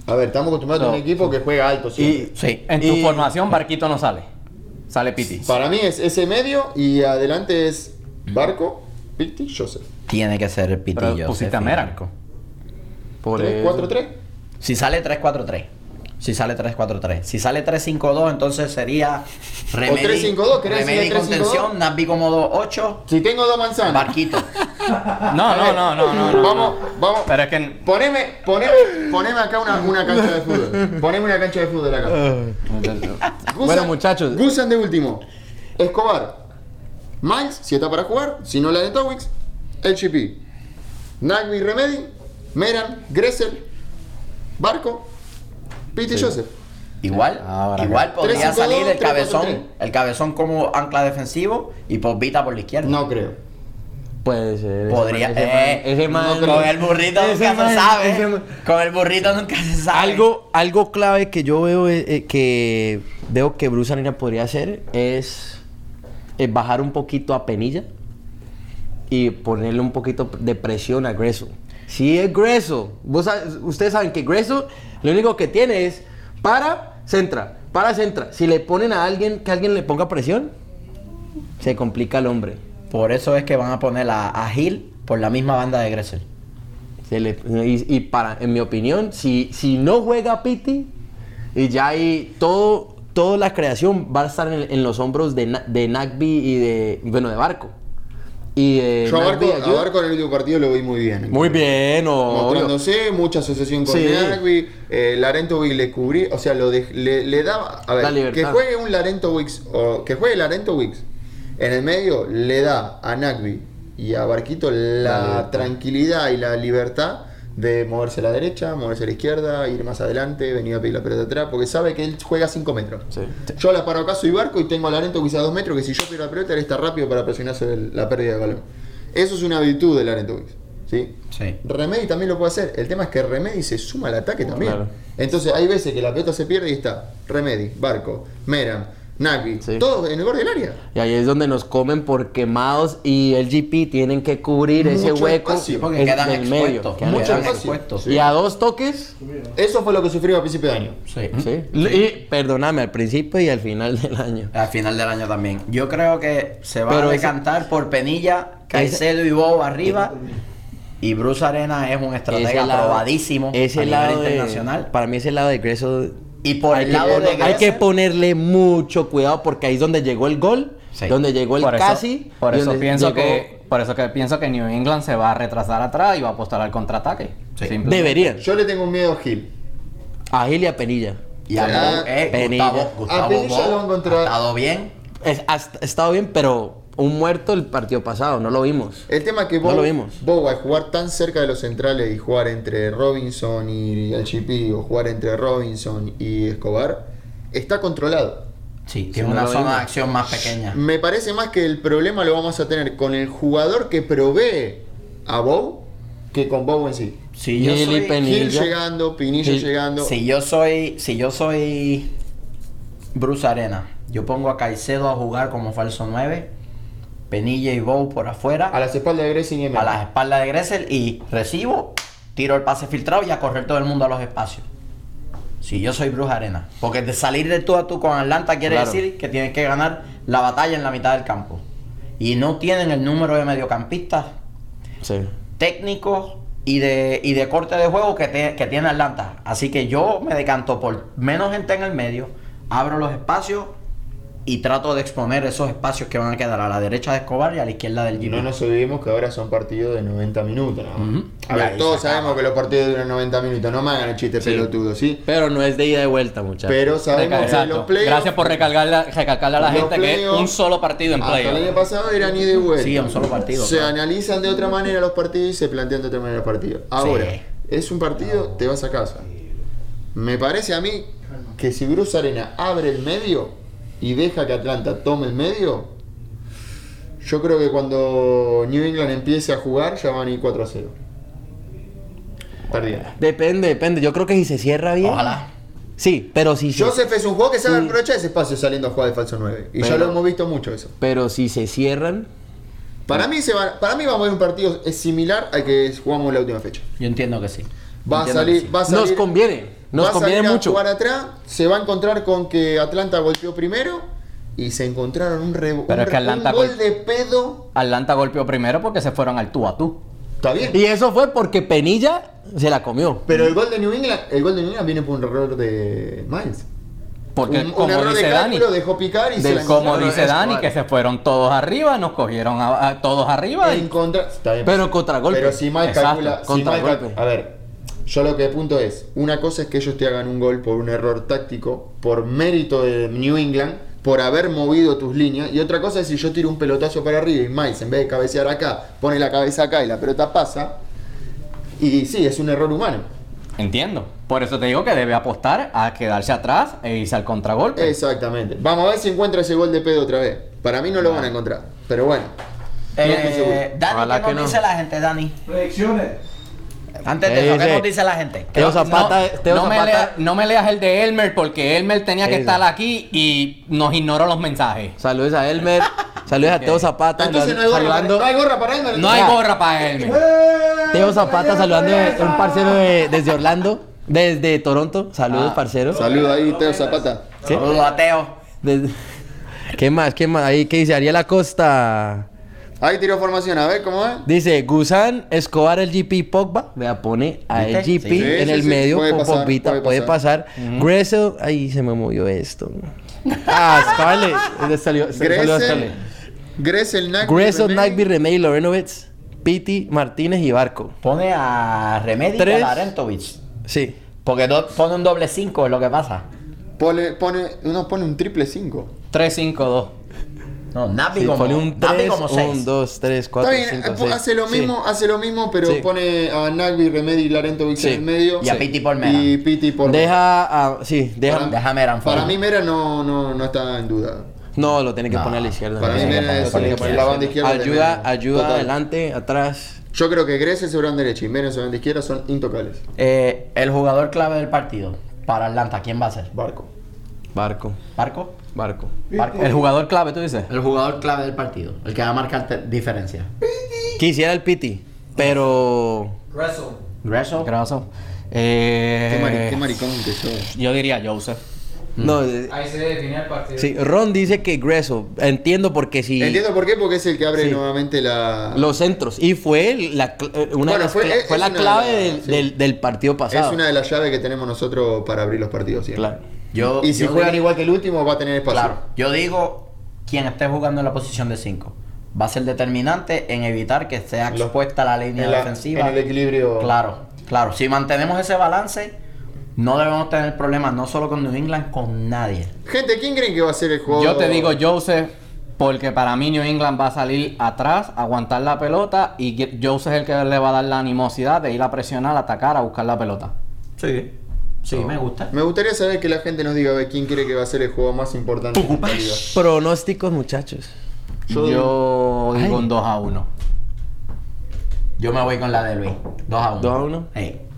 Speaker 2: A ver, estamos acostumbrados a un
Speaker 5: No.
Speaker 2: equipo que juega alto siempre.
Speaker 1: Sí.
Speaker 5: En tu
Speaker 3: Y-
Speaker 5: formación, Barquito no sale. Sale Piti.
Speaker 2: Para mí es ese medio y adelante es Barco, Pitti, Joseph.
Speaker 1: Tiene que ser el
Speaker 5: Pero
Speaker 1: pitillo.
Speaker 5: pusiste a
Speaker 1: Sefi.
Speaker 5: Meranco.
Speaker 3: Por eso.
Speaker 2: 3-4-3.
Speaker 1: Si sale 3-4-3. Si sale 3-4-3. Si sale 3-5-2, entonces sería Remedy.
Speaker 2: 3-5-2, ¿querés decir
Speaker 1: Remedy
Speaker 2: 3-5-2?
Speaker 1: contención, Nasby como 2-8,
Speaker 2: Si tengo dos manzanas.
Speaker 1: Barquito.
Speaker 5: Ah, No, no, no, no, no, no.
Speaker 2: Vamos, vamos.
Speaker 5: Pero es que.
Speaker 2: Poneme, poneme, poneme acá una, una cancha de fútbol. Poneme una cancha de fútbol acá. Gusan-
Speaker 3: Ah. Bueno, muchachos.
Speaker 2: Gusan de último. Escobar. Miles, si está para jugar. Si no, la de Towix. El GP. Nagby Remedy. Meran. Gressel. Barco. Pete y Joseph.
Speaker 1: Igual,
Speaker 3: Ah,
Speaker 5: Ahora
Speaker 1: igual
Speaker 2: que-
Speaker 1: podría
Speaker 2: 3-5-2,
Speaker 1: salir el
Speaker 2: 3-4-3.
Speaker 1: cabezón, el cabezón como ancla defensivo y Vita por la izquierda.
Speaker 2: No creo.
Speaker 3: Puede ser. ese
Speaker 1: Podría-
Speaker 3: man- ese man-
Speaker 1: eh,
Speaker 3: ese man-
Speaker 2: no creo.
Speaker 1: Con el burrito
Speaker 3: Ese
Speaker 1: nunca se
Speaker 3: man-
Speaker 1: sabe.
Speaker 3: ese man-
Speaker 1: Con el burrito nunca se sabe.
Speaker 3: Algo, algo clave que yo veo eh, eh, que veo que Bruce Arena podría hacer es eh, bajar un poquito a Penilla y ponerle un poquito de presión a Greso. Si es Greso, vos sabes- ustedes saben que Greso lo único que tiene es para, centra, para, centra. Si le ponen a alguien que alguien le ponga presión, se complica el hombre.
Speaker 1: Por eso es que van a poner a, a Gil por la misma banda de Gressel.
Speaker 3: Se le- y, y para, en mi opinión, si, si no juega Piti, y ya ahí todo, toda la creación va a estar en, en los hombros de, Na- de Nagby y de, bueno, de Barco. Y de
Speaker 2: Yo a
Speaker 3: Eh, Nagby
Speaker 2: Barco, a
Speaker 3: ayuda.
Speaker 2: Barco en el último partido lo vi muy bien.
Speaker 3: Muy bien, obvio.
Speaker 2: Mostrándose, mucha asociación con
Speaker 3: Sí.
Speaker 2: Nagby, eh, Larentovic le cubrí, o sea, lo dej- le, le daba, a ver,
Speaker 3: La libertad.
Speaker 2: que juegue un Larentovic, o que juegue Larentovic en el medio, le da a Nagby y a Barquito la, tranquilidad y la libertad de moverse a la derecha, moverse a la izquierda, ir más adelante, venir a pedir la pelota atrás, porque sabe que él juega a 5 metros. Yo la paro acá, soy barco y tengo a Larentovic a 2 metros, que si yo pierdo la pelota, él está rápido para presionar sobre el- la pérdida de balón. Eso es una virtud de Larentovic, ¿sí?
Speaker 1: Sí.
Speaker 2: Remedy también lo puede hacer. El tema es que Remedy se suma al ataque también.
Speaker 3: claro.
Speaker 2: Entonces hay veces que la pelota se pierde y está Remedy, Barco, Meram, Nagby,
Speaker 3: Sí.
Speaker 2: todos en el borde del área.
Speaker 3: Y ahí es donde nos comen por quemados y el GP tienen que cubrir ese
Speaker 2: Mucho
Speaker 3: hueco
Speaker 2: espacio.
Speaker 1: Porque
Speaker 3: es-
Speaker 1: quedan
Speaker 3: del medio.
Speaker 1: expuestos.
Speaker 3: Quedan
Speaker 2: Mucho
Speaker 1: quedan
Speaker 3: expuestos.
Speaker 2: espacio.
Speaker 1: expuestos.
Speaker 2: Sí.
Speaker 3: Y a dos toques,
Speaker 2: Eso fue lo que sufrió a principio de año.
Speaker 1: Sí.
Speaker 3: sí. Y perdóname, al principio y al final del año.
Speaker 1: Al final del año también. Yo creo que se va
Speaker 3: Pero
Speaker 1: a
Speaker 3: ese-
Speaker 1: decantar por Penilla, Caicedo y Bob arriba. Y Bruce Arena es un estratega
Speaker 3: Ese lado-
Speaker 1: probadísimo
Speaker 3: ese
Speaker 1: a nivel
Speaker 3: lado de-
Speaker 1: internacional.
Speaker 3: para mí ese lado de Greso
Speaker 1: Y por
Speaker 3: hay
Speaker 1: el
Speaker 3: que-
Speaker 1: lado de
Speaker 3: hay que
Speaker 1: Gressel-
Speaker 3: ponerle mucho cuidado porque ahí es donde llegó el gol,
Speaker 1: Sí.
Speaker 3: donde llegó el
Speaker 5: Por eso,
Speaker 3: casi,
Speaker 5: por
Speaker 3: y
Speaker 5: eso
Speaker 3: donde
Speaker 5: pienso
Speaker 3: llegó-
Speaker 5: que. Por eso que pienso que New England se va a retrasar atrás y va a apostar al contraataque.
Speaker 1: Sí.
Speaker 5: Simple.
Speaker 3: deberían
Speaker 2: Yo le tengo un miedo a Gil.
Speaker 3: a Gil y a Penilla.
Speaker 1: Y a
Speaker 2: Ah,
Speaker 1: Bob, eh,
Speaker 3: Penilla.
Speaker 1: Gustavo, Gustavo
Speaker 2: A Penilla
Speaker 1: Bob
Speaker 2: lo han encontrado.
Speaker 1: ha estado bien.
Speaker 3: Es- ha, ha estado bien, pero un muerto el partido pasado, no lo vimos.
Speaker 2: El tema es que
Speaker 3: No
Speaker 2: Bow
Speaker 3: lo vimos.
Speaker 2: Bow, al jugar tan cerca de los centrales y jugar entre Robinson y el GP o jugar entre Robinson y Escobar, está controlado.
Speaker 1: Sí,
Speaker 3: Sí,
Speaker 1: tiene
Speaker 3: no
Speaker 1: una
Speaker 3: lo Mm,
Speaker 1: zona
Speaker 3: vimos.
Speaker 1: de acción más pequeña.
Speaker 2: Me parece más que el problema lo vamos a tener con el jugador que provee a Bow que con Bow en sí.
Speaker 1: Si yo,
Speaker 3: Gil y
Speaker 1: soy,
Speaker 3: Penilla.
Speaker 2: Gil llegando, Pinilla
Speaker 3: Gil-
Speaker 2: llegando.
Speaker 1: si yo soy. Si yo soy. Bruce Arena, yo pongo a Caicedo a jugar como falso 9. Penilla y Bob por afuera.
Speaker 2: A las espaldas de Gressing y
Speaker 1: a
Speaker 2: Emery.
Speaker 1: las espaldas de Gressel y recibo, tiro el pase filtrado y a correr todo el mundo a los espacios. Si yo soy Bruja Arena, porque de salir de tú a tú con Atlanta quiere
Speaker 3: Claro.
Speaker 1: decir que tienes que ganar la batalla en la mitad del campo. y no tienen el número de mediocampistas
Speaker 3: Sí.
Speaker 1: técnicos y de, y de corte de juego que, te- que tiene Atlanta. Así que yo me decanto por menos gente en el medio, abro los espacios y trato de exponer esos espacios que van a quedar a la derecha de Escobar y a la izquierda del
Speaker 2: Y
Speaker 1: Gino.
Speaker 2: no nos olvidemos que ahora son partidos de 90 minutos. nada más. A
Speaker 1: Ya,
Speaker 2: ver,
Speaker 1: y
Speaker 2: todos
Speaker 1: se acaba.
Speaker 2: sabemos que los partidos duran 90 minutos. No me hagan el chiste pelotudo, ¿sí?
Speaker 3: Pero no es de ida y vuelta, muchachos.
Speaker 2: Pero sabemos que
Speaker 5: Exacto.
Speaker 2: los playoffs.
Speaker 5: Gracias por recargarla- recalcarle a la
Speaker 2: Los
Speaker 5: gente que es
Speaker 2: playoffs-
Speaker 5: un solo partido en
Speaker 2: Hasta el año
Speaker 5: playoff.
Speaker 2: pasado eran ida y vuelta.
Speaker 1: Sí, a un solo partido,
Speaker 2: Se
Speaker 1: claro.
Speaker 2: analizan de otra manera los partidos y se plantean de otra manera los partidos. Ahora, es un partido, te vas a casa. Me parece a mí que si Bruce Arena abre el medio y deja que Atlanta tome el medio, yo creo que cuando New England empiece a jugar ya van a ir 4 a 0. Perdida.
Speaker 3: Depende, depende. Yo creo que si se cierra bien.
Speaker 1: Ojalá.
Speaker 3: Sí, pero si se,
Speaker 2: Joseph es un juego que sabe aprovechar ese espacio saliendo a jugar de falso 9. Y ya
Speaker 3: Pero-
Speaker 2: lo hemos visto mucho eso.
Speaker 3: pero si se cierran,
Speaker 2: Para mí, se va, para mí vamos a ver un partido es similar al que jugamos la última fecha.
Speaker 1: Yo entiendo que sí.
Speaker 2: Va a
Speaker 1: Entiendo que
Speaker 2: salir,
Speaker 1: sí.
Speaker 2: va a salir.
Speaker 3: nos conviene. Nos
Speaker 2: va a
Speaker 3: conviene
Speaker 2: salir a
Speaker 3: mucho.
Speaker 2: jugar atrás, se va a encontrar con que Atlanta golpeó primero y se encontraron un, rebo-
Speaker 5: Pero
Speaker 2: un,
Speaker 5: es que
Speaker 2: re- un
Speaker 5: Atlanta
Speaker 2: gol
Speaker 5: gol-
Speaker 2: de pedo.
Speaker 5: Atlanta golpeó primero porque se fueron al tú a tú.
Speaker 2: Está bien.
Speaker 3: Y eso fue porque Penilla se la comió.
Speaker 2: Pero el gol de New England, el gol de New England viene por un error de Miles.
Speaker 5: Porque
Speaker 2: un, un
Speaker 5: como
Speaker 2: error
Speaker 5: dice
Speaker 2: de
Speaker 5: Dani,
Speaker 2: cálculo dejó picar y se
Speaker 5: del-
Speaker 2: la
Speaker 5: como
Speaker 2: encontraron
Speaker 5: dice
Speaker 2: a
Speaker 5: Dani,
Speaker 2: Escobar.
Speaker 5: que se fueron todos arriba, nos cogieron a- a todos arriba
Speaker 2: En
Speaker 5: y
Speaker 2: contra- está bien.
Speaker 3: Pero contragolpe.
Speaker 2: Pero si Mike
Speaker 5: Exacto,
Speaker 2: calcula. si Mike
Speaker 3: contragolpe.
Speaker 2: cal- a ver, yo lo que apunto es: una cosa es que ellos te hagan un gol por un error táctico, por mérito de New England, por haber movido tus líneas. Y otra cosa es si yo tiro un pelotazo para arriba y Miles, en vez de cabecear acá, pone la cabeza acá y la pelota pasa. Y sí, es un error humano.
Speaker 5: entiendo. Por eso te digo que debe apostar a quedarse atrás e irse al contragolpe.
Speaker 2: Exactamente. Vamos a ver si encuentra ese gol de pedo otra vez. Para mí no lo van a encontrar. Pero bueno. No estoy
Speaker 1: Eh,
Speaker 2: seguro.
Speaker 1: Dani,
Speaker 3: Ojalá
Speaker 1: ¿qué nos
Speaker 3: que no.
Speaker 1: dice la gente, Dani?
Speaker 4: Predicciones.
Speaker 1: Antes de
Speaker 3: ¿Qué
Speaker 1: eso, ¿qué
Speaker 3: dice?
Speaker 1: nos dice la gente?
Speaker 3: Teo
Speaker 5: No,
Speaker 3: Zapata, Teo
Speaker 5: no, me
Speaker 3: Zapata-
Speaker 5: lea- no me leas el de Elmer porque Elmer tenía que
Speaker 3: Eso.
Speaker 5: estar aquí y nos ignoró los mensajes.
Speaker 3: Saludos a Elmer, saludos a Teo Zapata,
Speaker 2: Entonces no hay gorra, para,
Speaker 3: saludando.
Speaker 2: no hay gorra para Elmer,
Speaker 5: No hay
Speaker 3: Ya.
Speaker 5: gorra para Elmer.
Speaker 3: Teo Zapata saludando de- un parcero de- desde Orlando, desde Toronto. Saludos,
Speaker 1: Ah,
Speaker 3: parcero.
Speaker 2: Saluda ahí, Teo Zapata.
Speaker 3: ¿Sí?
Speaker 1: Saludos a Teo.
Speaker 3: Desde- ¿Qué más? ¿Qué más? Ahí que dice Ariel Acosta.
Speaker 2: Ahí tiró formación, a ver cómo es.
Speaker 3: Dice Gusan Escobar el GP Pogba. Vea, pone a el
Speaker 1: ¿Viste?
Speaker 3: GP
Speaker 1: Sí,
Speaker 3: en
Speaker 2: sí,
Speaker 3: el
Speaker 2: sí,
Speaker 3: medio.
Speaker 2: puede
Speaker 3: Puede
Speaker 2: pasar, puede
Speaker 3: puede, pasar. Gressel, ahí se me movió esto. Ah, Scarlett. Le salió- se- salió
Speaker 2: Gressel,
Speaker 3: Scarlett.
Speaker 2: Gressel Nagby.
Speaker 3: Gressel,
Speaker 2: Remedy.
Speaker 3: Nagby, Remey, Lorenovitz, Piti, Martínez y Barco.
Speaker 1: Pone a Remedy y a
Speaker 3: Tres.
Speaker 1: Larentovich.
Speaker 3: Sí.
Speaker 1: Porque do- pone un doble 5, es lo que pasa.
Speaker 2: Pone, pone, uno pone un triple 5.
Speaker 5: 3-5-2.
Speaker 1: No, Napi
Speaker 3: Sí,
Speaker 1: como
Speaker 3: pone un
Speaker 1: Napi
Speaker 3: 3,
Speaker 1: como seis.
Speaker 3: 1, 2, 3,
Speaker 2: Está
Speaker 3: 4,
Speaker 2: bien,
Speaker 3: 5,
Speaker 2: eh,
Speaker 3: 6.
Speaker 2: hace lo mismo, hace lo mismo, pero
Speaker 3: Sí.
Speaker 2: pone a Nagby, Remedy y Larentovic
Speaker 3: Sí.
Speaker 2: en el medio.
Speaker 1: Y a
Speaker 2: Sí.
Speaker 1: Pitti por Meran.
Speaker 2: Y Pitti por
Speaker 3: Deja, a- sí, deja.
Speaker 2: Para-
Speaker 1: Déjame Meran fuera.
Speaker 2: Para mí Mera no, no, no está en duda.
Speaker 3: No, lo tiene que
Speaker 1: No,
Speaker 3: poner a la izquierda.
Speaker 2: Para mí
Speaker 3: Tiene que
Speaker 2: Mera
Speaker 3: poner-
Speaker 2: es
Speaker 3: tiene que
Speaker 2: el-
Speaker 3: poner a
Speaker 2: la banda izquierda. de
Speaker 3: Ayuda,
Speaker 2: Mera.
Speaker 3: ayuda
Speaker 2: Total.
Speaker 3: adelante, atrás.
Speaker 2: Yo creo que Gressel se verán derecha y Mera se verán de izquierda, son intocables.
Speaker 1: Eh, el jugador clave del partido para Atlanta, ¿quién va a ser?
Speaker 2: Barco.
Speaker 3: Barco,
Speaker 1: ¿Barco?
Speaker 3: barco.
Speaker 1: Barco.
Speaker 5: El jugador clave, tú dices.
Speaker 1: El jugador clave del partido, el que va a marcar te- diferencia.
Speaker 3: Quisiera el Piti, pero.
Speaker 1: Greso.
Speaker 5: Graso.
Speaker 2: Qué, mari- qué
Speaker 5: Eh,
Speaker 2: maricón que sos.
Speaker 5: yo diría Joseph.
Speaker 3: No, eh,
Speaker 6: Ahí se define el partido.
Speaker 3: sí, Ron dice que Greso. Entiendo porque si.
Speaker 2: Entiendo por qué, porque es el que abre
Speaker 3: Sí.
Speaker 2: nuevamente la.
Speaker 3: Los centros. Y fue la, cl- eh, una de
Speaker 2: Bueno,
Speaker 3: las
Speaker 2: fue-
Speaker 3: cla-
Speaker 2: es-
Speaker 3: fue
Speaker 2: es
Speaker 3: la
Speaker 2: una de
Speaker 3: clave
Speaker 2: las-
Speaker 3: del,
Speaker 2: sí.
Speaker 3: del- del partido pasado.
Speaker 2: Es una de las llaves que tenemos nosotros para abrir los partidos. siempre.
Speaker 3: Claro.
Speaker 1: Yo,
Speaker 2: Y si
Speaker 1: yo
Speaker 2: juegan
Speaker 1: digo-
Speaker 2: igual que el último, va a tener espacio.
Speaker 1: Claro, yo digo, quien esté jugando en la posición de 5 va a ser determinante en evitar que sea
Speaker 2: Los-
Speaker 1: expuesta la línea
Speaker 2: en la-
Speaker 1: defensiva.
Speaker 2: en el equilibrio.
Speaker 1: Claro, claro. Si mantenemos ese balance, no debemos tener problemas, no solo con New England, con nadie.
Speaker 2: Gente, ¿quién creen que va a ser el juego?
Speaker 5: Yo te digo Joseph porque para mí New England va a salir atrás, aguantar la pelota y que- Joseph es el que le va a dar la animosidad de ir a presionar, atacar, a buscar la pelota.
Speaker 1: Sí. Sí, me gusta.
Speaker 2: Me gustaría saber que la gente nos diga a ver, quién cree que va a ser el juego más importante de la liga.
Speaker 3: Pronósticos, muchachos.
Speaker 2: Yo-
Speaker 5: Yo, digo un 2 a 1.
Speaker 1: Yo me voy con la de Luis. 2 a 1.
Speaker 3: ¿Dos a uno?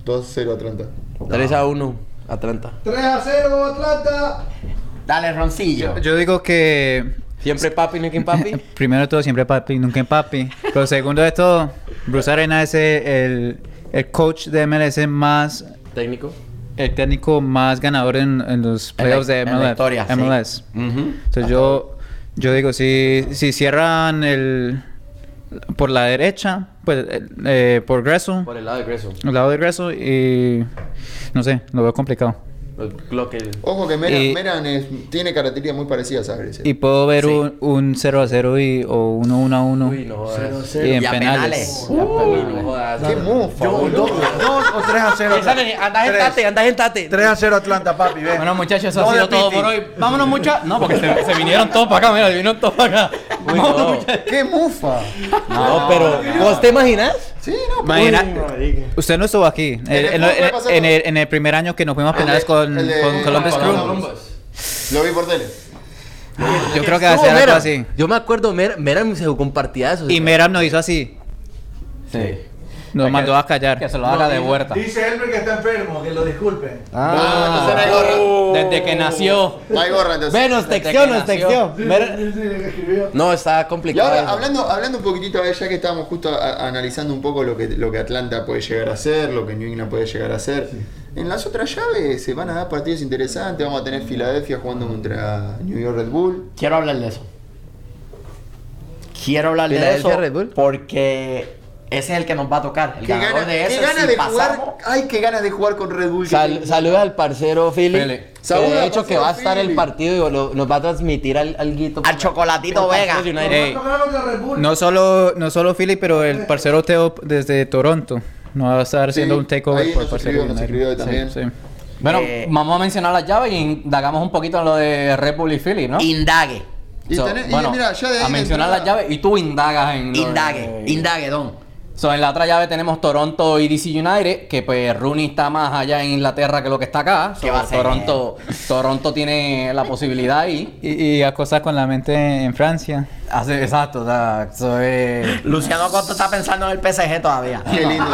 Speaker 2: 2-0 Atlanta.
Speaker 3: 3 a 1, Atlanta.
Speaker 4: 3 a 0, Atlanta.
Speaker 1: Dale, Roncillo.
Speaker 6: Yo digo que
Speaker 3: Siempre papi, no quien papi.
Speaker 6: primero de todo siempre papi, nunca en papi. Pero segundo de todo, Bruce Arena es el, el coach de MLS más,
Speaker 3: Técnico.
Speaker 6: el técnico más ganador en, en los
Speaker 1: En la-
Speaker 6: playoffs de
Speaker 1: en la
Speaker 6: MLS.
Speaker 1: historia, sí.
Speaker 6: MLS.
Speaker 1: Ujú.
Speaker 6: Entonces yo, Yo digo, si, si cierran el por la derecha, pues eh, eh, por Greso,
Speaker 3: Por el lado de Greso.
Speaker 6: el lado de Greso y no sé, lo veo complicado.
Speaker 3: Lo que...
Speaker 2: Ojo que Meran,
Speaker 6: Y-
Speaker 2: Meran es- tiene características muy parecidas a Grecia.
Speaker 6: Eh, Y puedo ver un, un 0 a 0 y, o 1 1 a 1.
Speaker 3: Uy, no jodas.
Speaker 6: Y en
Speaker 1: Y a penales.
Speaker 6: penales.
Speaker 3: Ya, pero no jodas.
Speaker 2: ¡Qué mufa, boludo!
Speaker 4: Dos o 3 a 0.
Speaker 5: Esa nene, Andás en tate, andás en tate.
Speaker 4: 3 a 0 Atlanta, papi. Ven.
Speaker 5: Bueno, muchachos, eso
Speaker 4: No
Speaker 5: ha sido
Speaker 4: de
Speaker 5: todo
Speaker 4: piti.
Speaker 5: por hoy. Vámonos, muchachos. No, porque se, se vinieron todos para acá, mira, vinieron todos para acá. Vámonos, muchachos.
Speaker 2: ¡Qué mufa!
Speaker 3: No, pero... ¿Vos te imaginas?
Speaker 2: Sí, no, pero-
Speaker 6: Imagina, usted no estuvo aquí.
Speaker 2: el
Speaker 6: En, en-
Speaker 2: fútbol
Speaker 6: en-
Speaker 2: pasó
Speaker 6: en el,
Speaker 2: todo.
Speaker 6: en el primer año que nos fuimos a
Speaker 2: El
Speaker 6: penales
Speaker 2: de-
Speaker 6: con,
Speaker 2: pues, el de-
Speaker 6: con Columbus
Speaker 2: ah,
Speaker 6: Crew.
Speaker 2: Columbus. Lo vi por tele.
Speaker 6: Yo creo que va a
Speaker 3: Estuvo
Speaker 6: ser algo
Speaker 3: Meram.
Speaker 6: así.
Speaker 3: Yo me acuerdo, Mer- Meram se compartía eso.
Speaker 6: Y Meram nos hizo así.
Speaker 3: Sí.
Speaker 6: Nos
Speaker 5: que-
Speaker 6: mandó a callar.
Speaker 5: Que se lo haga de vuelta.
Speaker 4: Dice Elmer que está enfermo, que lo disculpen.
Speaker 2: Ah, entonces no hay gorra.
Speaker 5: Desde que nació.
Speaker 2: No hay gorra, entonces.
Speaker 3: Menos
Speaker 5: Desde
Speaker 3: textió,
Speaker 5: que
Speaker 3: nos
Speaker 5: nació.
Speaker 3: textió. Mer- No, está
Speaker 2: Y
Speaker 3: complicado.
Speaker 2: ahora,
Speaker 3: eso.
Speaker 2: hablando, hablando un poquitito, a ver, ya que estábamos justo a- analizando un poco lo que, lo que Atlanta puede llegar a hacer, lo que New England puede llegar a hacer, en las otras llaves se van a dar partidos interesantes. Vamos a tener Filadelfia jugando contra New York Red Bull.
Speaker 1: Quiero hablar de eso. Quiero hablar de
Speaker 3: Filadelfia
Speaker 1: eso
Speaker 3: Red Bull.
Speaker 1: porque ese es el que nos va a tocar. El
Speaker 2: Qué
Speaker 1: ganador
Speaker 2: gana-
Speaker 1: de
Speaker 2: qué
Speaker 1: ese,
Speaker 2: gana
Speaker 1: si
Speaker 2: de
Speaker 1: pasamos,
Speaker 2: jugar. Ay, qué ganas de jugar con Red Bull. que
Speaker 3: Sal-
Speaker 2: tiene.
Speaker 3: saludos al parcero Philly.
Speaker 5: Philly.
Speaker 3: que
Speaker 2: Saludos
Speaker 3: de
Speaker 2: al
Speaker 3: hecho que
Speaker 2: parcero
Speaker 3: va a estar el
Speaker 2: Philly.
Speaker 3: partido y lo- nos va a transmitir al, alguito.
Speaker 1: Al Chocolatito
Speaker 3: Por
Speaker 1: Vega.
Speaker 3: parte de United.
Speaker 6: Ey, no solo, no solo Philly, pero el parcero Teo desde Toronto. No va a estar
Speaker 2: Sí,
Speaker 6: haciendo un takeover
Speaker 2: ahí
Speaker 6: por el
Speaker 2: nos
Speaker 6: parcero
Speaker 2: escribió, nos
Speaker 6: United.
Speaker 2: escribió también.
Speaker 6: Sí, sí.
Speaker 5: Bueno,
Speaker 1: Eh,
Speaker 5: vamos a mencionar las llaves y indagamos un poquito en lo de Red Bull y Philly, ¿no?
Speaker 1: Indague,
Speaker 2: Y
Speaker 5: So,
Speaker 2: tenés- y
Speaker 5: bueno,
Speaker 2: mira, ya de ahí
Speaker 5: a
Speaker 2: de
Speaker 5: mencionar las
Speaker 2: entrada-
Speaker 5: llaves y tú indagas en... lo
Speaker 1: indague,
Speaker 5: de-
Speaker 1: indague, don.
Speaker 5: So, en la otra llave tenemos Toronto y DC United, que pues Rooney está más allá en Inglaterra que lo que está acá. So,
Speaker 1: ¿Qué va a hacer?
Speaker 5: Toronto, Toronto tiene la posibilidad ahí.
Speaker 6: Y, y a cosas con la mente en Francia.
Speaker 5: Hace, exacto, o sea, eso es...
Speaker 1: Luciano Costa está pensando en el PSG todavía.
Speaker 2: Qué lindo.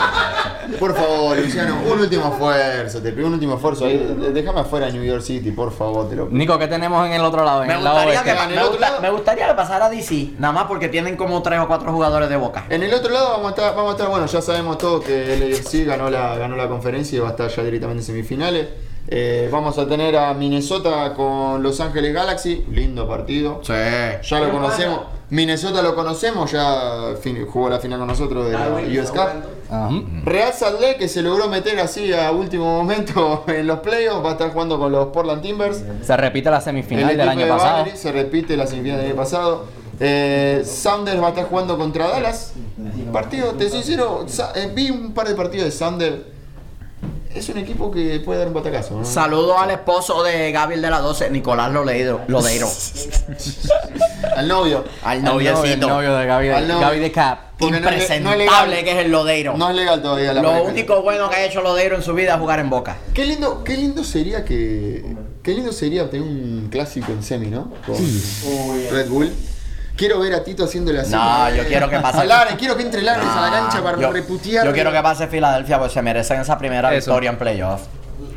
Speaker 2: Por favor, Luciano, un último esfuerzo. Te pido un último esfuerzo. ahí. De- Déjame afuera a New York City, por favor, te lo pido.
Speaker 5: Nico, ¿qué tenemos en el otro lado? En
Speaker 1: Me
Speaker 5: el lado
Speaker 1: gustaría,
Speaker 5: oeste.
Speaker 1: que,
Speaker 2: gane el
Speaker 1: me
Speaker 2: otro
Speaker 1: gusta-
Speaker 2: lado.
Speaker 1: me gustaría que pasara a DC, nada más porque tienen como tres o cuatro jugadores de boca.
Speaker 2: En el otro lado vamos a estar, vamos a estar bueno, ya sabemos todos que el AFC ganó la, ganó la conferencia y va a estar ya directamente en semifinales. Eh, vamos a tener a Minnesota con Los Ángeles Galaxy, lindo partido.
Speaker 1: Sí.
Speaker 2: Ya lo conocemos. Minnesota lo conocemos, ya fin- jugó la final con nosotros de la US Cup.
Speaker 5: Ajá.
Speaker 2: Real Salt Lake, que se logró meter así a último momento en los playoffs, va a estar jugando con los Portland Timbers.
Speaker 5: Se repite la semifinal
Speaker 2: El
Speaker 5: del
Speaker 2: equipo
Speaker 5: año
Speaker 2: de
Speaker 5: pasado.
Speaker 2: Valerie se repite la semifinal del año pasado. Eh, Saunders va a estar jugando contra Dallas. Partido, te soy sincero, Sa- eh, vi un par de partidos de Saunders. Es un equipo que puede dar un batacazo. ¿no?
Speaker 1: Saludos al esposo de Gabriel de la 12, Nicolás Lodeiro. Lodeiro.
Speaker 2: Al novio.
Speaker 1: Al
Speaker 5: El novio-
Speaker 1: noviecito.
Speaker 5: El novio de Gaby,
Speaker 2: Al novio.
Speaker 5: Gaby de Cap.
Speaker 2: Porque no es le- no es
Speaker 1: Impresentable
Speaker 2: legal.
Speaker 1: que es el Lodeiro.
Speaker 2: No es legal todavía la
Speaker 1: Lo
Speaker 2: pareja.
Speaker 1: único bueno que ha hecho Lodeiro en su vida es jugar en boca.
Speaker 2: Qué lindo, qué lindo sería que. Qué lindo sería tener un clásico en semi, ¿no? Con Red Bull. Quiero ver a Tito haciéndole así.
Speaker 1: No, yo quiero que pase-
Speaker 2: A Laren, quiero que entre Laren a la
Speaker 1: Ah,
Speaker 2: cancha para
Speaker 1: yo-
Speaker 2: reputear.
Speaker 1: Yo quiero que pase Filadelfia porque se merecen esa primera
Speaker 6: Eso.
Speaker 1: victoria en playoff.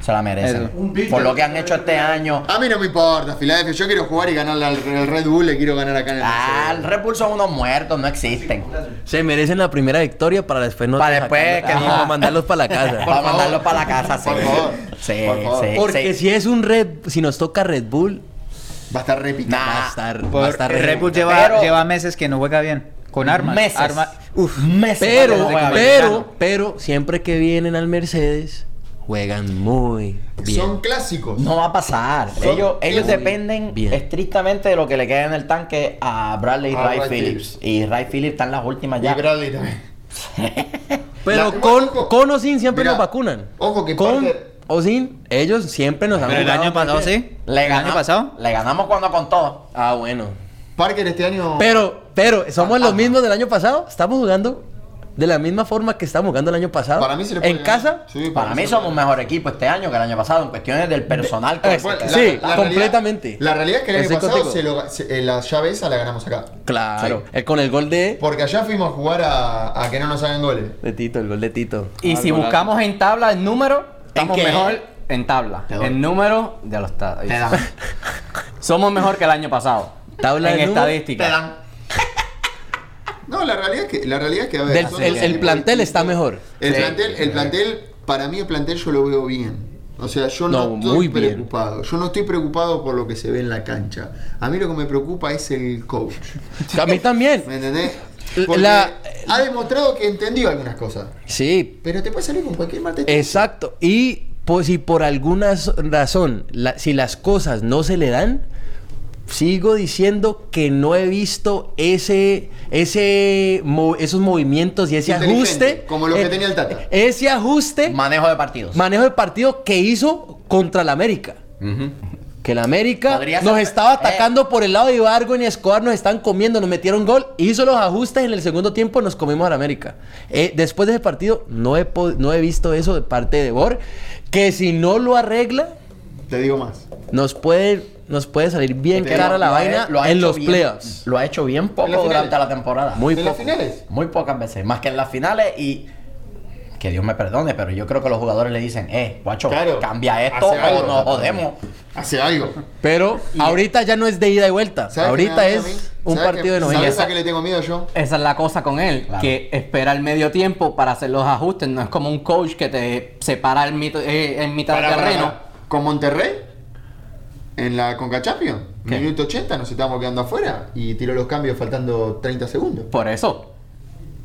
Speaker 1: Se la merecen.
Speaker 6: Eso.
Speaker 1: Por lo que han hecho este año.
Speaker 2: A mí no me importa, Filadelfia. Yo quiero jugar y ganarle al al Red Bull. Le quiero ganar acá en el.
Speaker 1: Ah, el Red Bull son unos muertos, no existen.
Speaker 3: Se merecen la primera victoria para después no
Speaker 1: Para después que no-
Speaker 3: para mandarlos para la casa.
Speaker 1: Para mandarlos para la casa, sí.
Speaker 2: Por favor.
Speaker 1: Sí,
Speaker 2: Por favor.
Speaker 6: Eh,
Speaker 1: sí,
Speaker 3: Porque
Speaker 1: sí.
Speaker 3: si es un Red, si nos toca Red Bull,
Speaker 2: Va a estar repitiendo.
Speaker 3: va a
Speaker 1: Ah,
Speaker 3: estar, va a
Speaker 6: Por,
Speaker 3: estar
Speaker 6: Red Bull
Speaker 1: bien.
Speaker 6: lleva,
Speaker 1: Pero-
Speaker 6: lleva meses que no juega bien. Con armas.
Speaker 1: Meses.
Speaker 6: Arma-
Speaker 1: Uf, meses. Desde que
Speaker 3: Pero, pero,
Speaker 1: juega
Speaker 3: pero,
Speaker 1: Villano.
Speaker 3: siempre que vienen al Mercedes, juegan muy bien.
Speaker 2: Son clásicos.
Speaker 1: No va a pasar.
Speaker 2: Son
Speaker 1: Ellos, ellos
Speaker 2: muy
Speaker 1: dependen
Speaker 3: bien.
Speaker 1: estrictamente de lo que le queda en el tanque a Bradley y
Speaker 2: A
Speaker 1: Ray
Speaker 2: Ray
Speaker 1: Phillips. Y Ray Phillips están las últimas
Speaker 2: Y
Speaker 1: ya.
Speaker 2: Bradley también.
Speaker 3: Pero
Speaker 2: La-
Speaker 3: con,
Speaker 2: ojo.
Speaker 3: con o sin siempre
Speaker 2: Mira,
Speaker 3: nos vacunan.
Speaker 2: ojo que
Speaker 3: con
Speaker 2: parte-
Speaker 3: o sin, ellos siempre nos han
Speaker 6: Pero el
Speaker 3: vacunado.
Speaker 6: año pasado sí.
Speaker 1: Le
Speaker 6: el año
Speaker 1: ganamos-
Speaker 6: pasado.
Speaker 1: Le ganamos cuando contó.
Speaker 3: Ah, bueno.
Speaker 2: Parker este año.
Speaker 3: Pero, pero, ¿somos
Speaker 6: Ah.
Speaker 3: los mismos del año pasado? ¿Estamos jugando de la misma forma que estábamos jugando el año pasado?
Speaker 2: Para mí se le puede
Speaker 3: ¿En
Speaker 2: ganar.
Speaker 3: casa?
Speaker 2: Sí,
Speaker 1: Para mí
Speaker 2: se le-
Speaker 1: somos un mejor equipo este año que el año pasado en cuestiones del personal. que
Speaker 3: Eh,
Speaker 1: se-
Speaker 2: Bueno,
Speaker 3: Sí,
Speaker 2: realidad-
Speaker 3: completamente.
Speaker 2: la realidad es que el año
Speaker 3: Estoy
Speaker 2: pasado
Speaker 3: contigo.
Speaker 2: se lo- se- eh, la llave esa la ganamos acá.
Speaker 3: Claro. Eh, Con el gol de...
Speaker 2: Porque allá fuimos a jugar a, a que no nos hagan goles.
Speaker 3: De Tito, el gol de Tito.
Speaker 5: Y si buscamos en tabla el número, estamos
Speaker 1: qué?
Speaker 5: mejor en tabla.
Speaker 1: Te doy.
Speaker 5: En número, ya lo está. ahí
Speaker 1: Te
Speaker 5: está.
Speaker 1: dan.
Speaker 5: Somos mejor que el año pasado.
Speaker 3: Tabla de
Speaker 5: en
Speaker 3: número,
Speaker 5: estadística.
Speaker 1: Te dan.
Speaker 2: No, la realidad es que, la realidad es que a ver.
Speaker 3: Del-
Speaker 2: son
Speaker 3: el, el
Speaker 2: equipos
Speaker 3: plantel
Speaker 2: distintos.
Speaker 3: está mejor.
Speaker 2: El plantel, el plantel, para mí el plantel yo lo veo bien. O sea, yo no,
Speaker 3: No,
Speaker 2: estoy
Speaker 3: muy bien.
Speaker 2: preocupado. Yo no estoy preocupado por lo que se ve en la cancha. A mí lo que me preocupa es el coach.
Speaker 3: A mí también.
Speaker 2: ¿Me entendés?
Speaker 3: La-
Speaker 2: Porque
Speaker 3: la-
Speaker 2: ha demostrado que entendió algunas cosas.
Speaker 3: Sí,
Speaker 2: Pero te puede salir con cualquier mate.
Speaker 3: Exacto. Y pues si por alguna s- razón, la- si las cosas no se le dan, sigo diciendo que no he visto ese, ese, mo- esos movimientos y ese
Speaker 2: Inteligente,
Speaker 3: ajuste. eh,
Speaker 2: como lo que tenía el Tata.
Speaker 3: Ese ajuste,
Speaker 1: Manejo de partidos.
Speaker 3: manejo de partido que hizo contra la América. Que la América
Speaker 1: Podría
Speaker 3: nos
Speaker 1: ser-
Speaker 3: estaba
Speaker 1: eh.
Speaker 3: atacando por el lado de Ibargo y Escobar, nos están comiendo, nos metieron gol, hizo los ajustes en el segundo tiempo, nos comimos a la América. Eh, después de ese partido, no he, pod- no he visto eso de parte de Bor, que si no lo arregla,
Speaker 2: Te digo más.
Speaker 3: nos puede, nos puede salir bien
Speaker 1: Pero
Speaker 3: cara la
Speaker 1: lo ha-
Speaker 3: vaina
Speaker 1: lo ha
Speaker 3: en
Speaker 1: hecho
Speaker 3: los
Speaker 1: bien-
Speaker 3: playoffs.
Speaker 1: Lo ha hecho bien poco
Speaker 2: En las
Speaker 1: durante
Speaker 2: finales.
Speaker 1: la temporada.
Speaker 3: Muy
Speaker 2: ¿En las
Speaker 3: poco.
Speaker 2: finales?
Speaker 1: Muy pocas veces, más que en las finales y que Dios me perdone, pero yo creo que los jugadores le dicen, eh, guacho,
Speaker 2: Claro.
Speaker 1: cambia esto
Speaker 2: Hace algo.
Speaker 1: o nos jodemos.
Speaker 2: Hace algo.
Speaker 3: Pero ahorita ya no es de ida y vuelta.
Speaker 2: ¿Sabes qué me
Speaker 3: Ahorita
Speaker 2: da miedo a mí?
Speaker 3: es un
Speaker 2: ¿Sabes qué-
Speaker 3: partido de
Speaker 2: ¿Sabes
Speaker 3: noventa.
Speaker 2: a qué le tengo miedo yo?
Speaker 5: Esa es la cosa con él,
Speaker 1: Claro.
Speaker 5: que espera el medio tiempo para hacer los ajustes. No es como un coach que te separa el mito- eh, en mitad
Speaker 2: Pará,
Speaker 5: del
Speaker 2: pará,
Speaker 5: terreno.
Speaker 2: pará. Con Monterrey, en la Conca Champions, minuto 80, nos estábamos quedando afuera y tiró los cambios faltando 30 segundos.
Speaker 5: Por eso.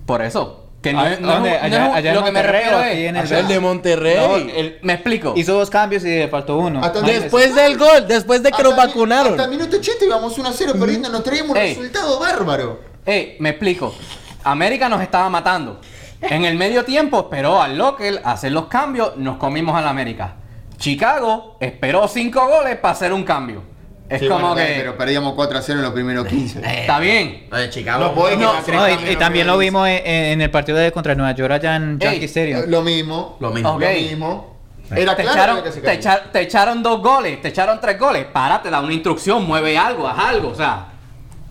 Speaker 5: Por eso. Que no,
Speaker 6: Ah,
Speaker 5: es- no
Speaker 6: ¿dónde?
Speaker 5: es un-
Speaker 6: Allá-
Speaker 5: no es un-
Speaker 6: allá en
Speaker 5: lo que me
Speaker 6: Monterrey
Speaker 5: refiero
Speaker 6: o aquí
Speaker 5: es.
Speaker 6: en el-
Speaker 3: El de Monterrey.
Speaker 5: No, el- me explico.
Speaker 6: Hizo dos cambios y le faltó uno.
Speaker 2: Hasta
Speaker 6: Imagínese.
Speaker 3: Después del gol, después de que
Speaker 2: Hasta
Speaker 3: nos
Speaker 2: el mi-
Speaker 3: vacunaron.
Speaker 2: Hasta el minuto 80 íbamos 1 a 0 perdiendo, nos traíamos un
Speaker 5: Ey.
Speaker 2: resultado bárbaro.
Speaker 5: Ey, me explico. América nos estaba matando. En el medio tiempo esperó al local a hacer los cambios, nos comimos al América. Chicago esperó cinco goles para hacer un cambio. Es
Speaker 2: Sí,
Speaker 5: como
Speaker 2: bueno, eh,
Speaker 5: que.
Speaker 2: Pero perdíamos 4 a 0 en los primeros 15.
Speaker 5: Está bien.
Speaker 1: Lo de Chicago.
Speaker 2: No pues- puede
Speaker 6: No,
Speaker 2: que hacer
Speaker 6: no, y-
Speaker 2: cambio,
Speaker 6: y,
Speaker 2: no
Speaker 6: también
Speaker 2: puede
Speaker 6: lo
Speaker 2: que-
Speaker 6: vimos en, en el partido de contra Nueva York allá en Yankee Stadium.
Speaker 2: Lo mismo.
Speaker 1: Lo mismo.
Speaker 5: Ok.
Speaker 2: Lo mismo. Era
Speaker 5: te,
Speaker 2: claro
Speaker 5: echaron,
Speaker 2: que se
Speaker 5: te, echa- te echaron dos goles, te echaron tres goles. Párate, da una instrucción, mueve algo, haz algo. O sea,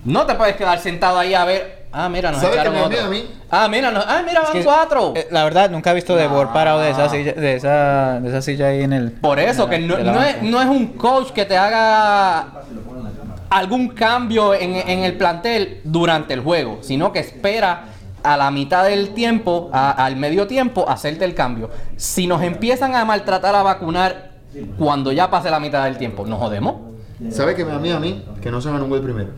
Speaker 5: no te puedes quedar sentado ahí a ver. Ah, mira, nos
Speaker 2: ¿Sabes qué
Speaker 5: echaron
Speaker 2: me da
Speaker 5: otro.
Speaker 2: miedo a mí?
Speaker 5: Ah, mira, nos- ah, mira, van
Speaker 6: que-
Speaker 5: cuatro.
Speaker 6: Eh, la verdad, nunca he visto de Bor parado de esa silla, de esa, de esa silla ahí en el.
Speaker 5: Por eso,
Speaker 6: en
Speaker 5: que no,
Speaker 6: la- de la
Speaker 5: no
Speaker 6: banca.
Speaker 5: es, no es un coach que te haga algún cambio en, en el plantel durante el juego, sino que espera a la mitad del tiempo, a- al medio tiempo, hacerte el cambio. Si nos empiezan a maltratar a vacunar cuando ya pase la mitad del tiempo, ¿nos jodemos?
Speaker 2: ¿Sabes qué me da miedo a mí? Que nos hagan un gol primero.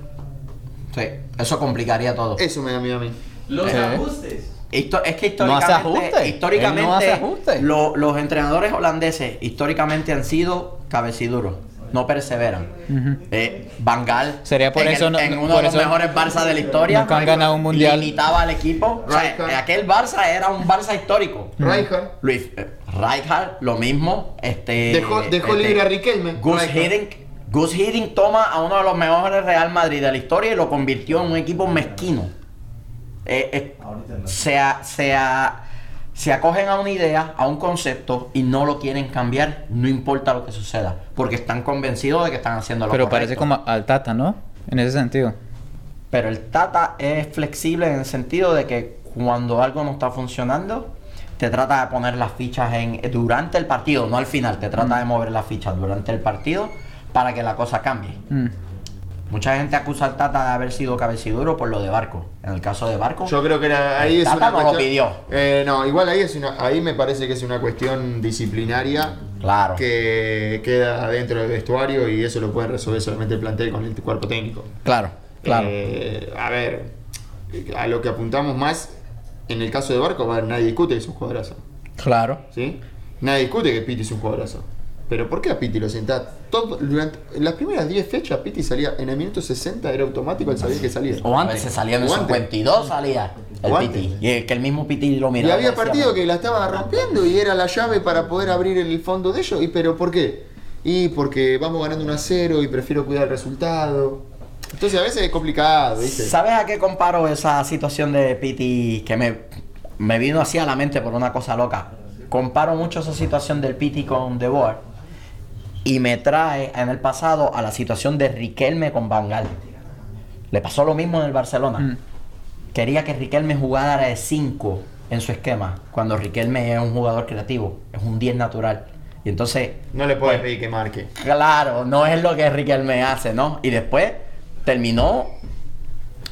Speaker 1: Sí, eso complicaría todo.
Speaker 2: Eso me da miedo a mí.
Speaker 7: Los
Speaker 5: Eh.
Speaker 7: ajustes.
Speaker 1: Histo- es que
Speaker 5: No hace
Speaker 1: históricamente,
Speaker 5: ajustes.
Speaker 1: históricamente
Speaker 5: Él no hace ajustes.
Speaker 1: lo- los entrenadores holandeses históricamente han sido cabeciduros. No perseveran. Eh, Van Gaal,
Speaker 6: Sería por
Speaker 1: en el-
Speaker 6: eso no-
Speaker 1: en
Speaker 6: no-
Speaker 1: uno
Speaker 6: por
Speaker 1: de los
Speaker 6: eso
Speaker 1: mejores Barça de la historia,
Speaker 6: nunca han ganado un mundial.
Speaker 1: Limitaba al equipo. O sea,
Speaker 2: Rijkaard.
Speaker 1: aquel Barça era un Barça histórico.
Speaker 2: Rijkaard.
Speaker 1: Luis eh, Rijkaard, lo mismo. Este,
Speaker 2: Dejó- dejó
Speaker 1: este,
Speaker 2: libre a Riquelme.
Speaker 1: Gus
Speaker 2: Rijkaard.
Speaker 1: Hiddink. Gus Hiddink toma a uno de los mejores Real Madrid de la historia y lo convirtió en un equipo mezquino. Eh, eh, se, a- se a- se acogen a una idea, a un concepto y no lo quieren cambiar, no importa lo que suceda, porque están convencidos de que están haciendo lo
Speaker 6: Pero parece
Speaker 1: correcto.
Speaker 6: como al Tata, ¿no? En ese sentido.
Speaker 1: Pero el Tata es flexible en el sentido de que cuando algo no está funcionando, te trata de poner las fichas en durante el partido, no al final, te trata de
Speaker 2: Mm.
Speaker 1: mover las fichas durante el partido para que la cosa cambie.
Speaker 6: Mm.
Speaker 1: Mucha gente acusa al Tata de haber sido cabeciduro por lo de Barco. En el caso de Barco,
Speaker 2: Yo creo que era, ahí
Speaker 1: El
Speaker 2: es
Speaker 1: Tata no
Speaker 2: una
Speaker 1: lo
Speaker 2: cuestión-
Speaker 1: pidió.
Speaker 2: Eh, no, igual ahí es una, ahí me parece que es una cuestión disciplinaria
Speaker 1: claro.
Speaker 2: que queda dentro del vestuario y eso lo pueden resolver solamente el plantel con el cuerpo técnico.
Speaker 3: Claro, claro.
Speaker 2: Eh, a ver, a lo que apuntamos más, en el caso de Barco, va, nadie discute que es un jugadorazo,
Speaker 3: Claro.
Speaker 2: ¿sí? Nadie discute que Piti es un jugadorazo. Pero ¿por qué a Piti lo sentás? Todo, durante en las primeras 10 fechas Piti salía en el minuto 60, era automático, él sabía que salía.
Speaker 1: O antes se salía en el
Speaker 2: O antes.
Speaker 1: 52, salía el
Speaker 2: O antes.
Speaker 1: Piti. Y el, que el mismo Piti lo miraba.
Speaker 2: y había
Speaker 1: decía,
Speaker 2: partido
Speaker 1: "Pero,
Speaker 2: que la estaba rompiendo y era la llave para poder abrir el fondo de ellos. ¿Y pero por qué? Y porque vamos ganando 1 a 0 y prefiero cuidar el resultado. Entonces a veces es complicado, ¿viste?
Speaker 1: ¿Sabes a qué comparo esa situación de Piti que me, me vino así a la mente por una cosa loca? Comparo mucho esa situación del Piti con De Boer y me trae en el pasado a la situación de Riquelme con Bangal. Le pasó lo mismo en el Barcelona. Quería que Riquelme jugara de 5 en su esquema, cuando Riquelme es un jugador creativo, es un 10 natural. Y entonces
Speaker 2: No le puedes pedir que marque.
Speaker 1: Claro, no es lo que Riquelme hace, ¿no? Y después terminó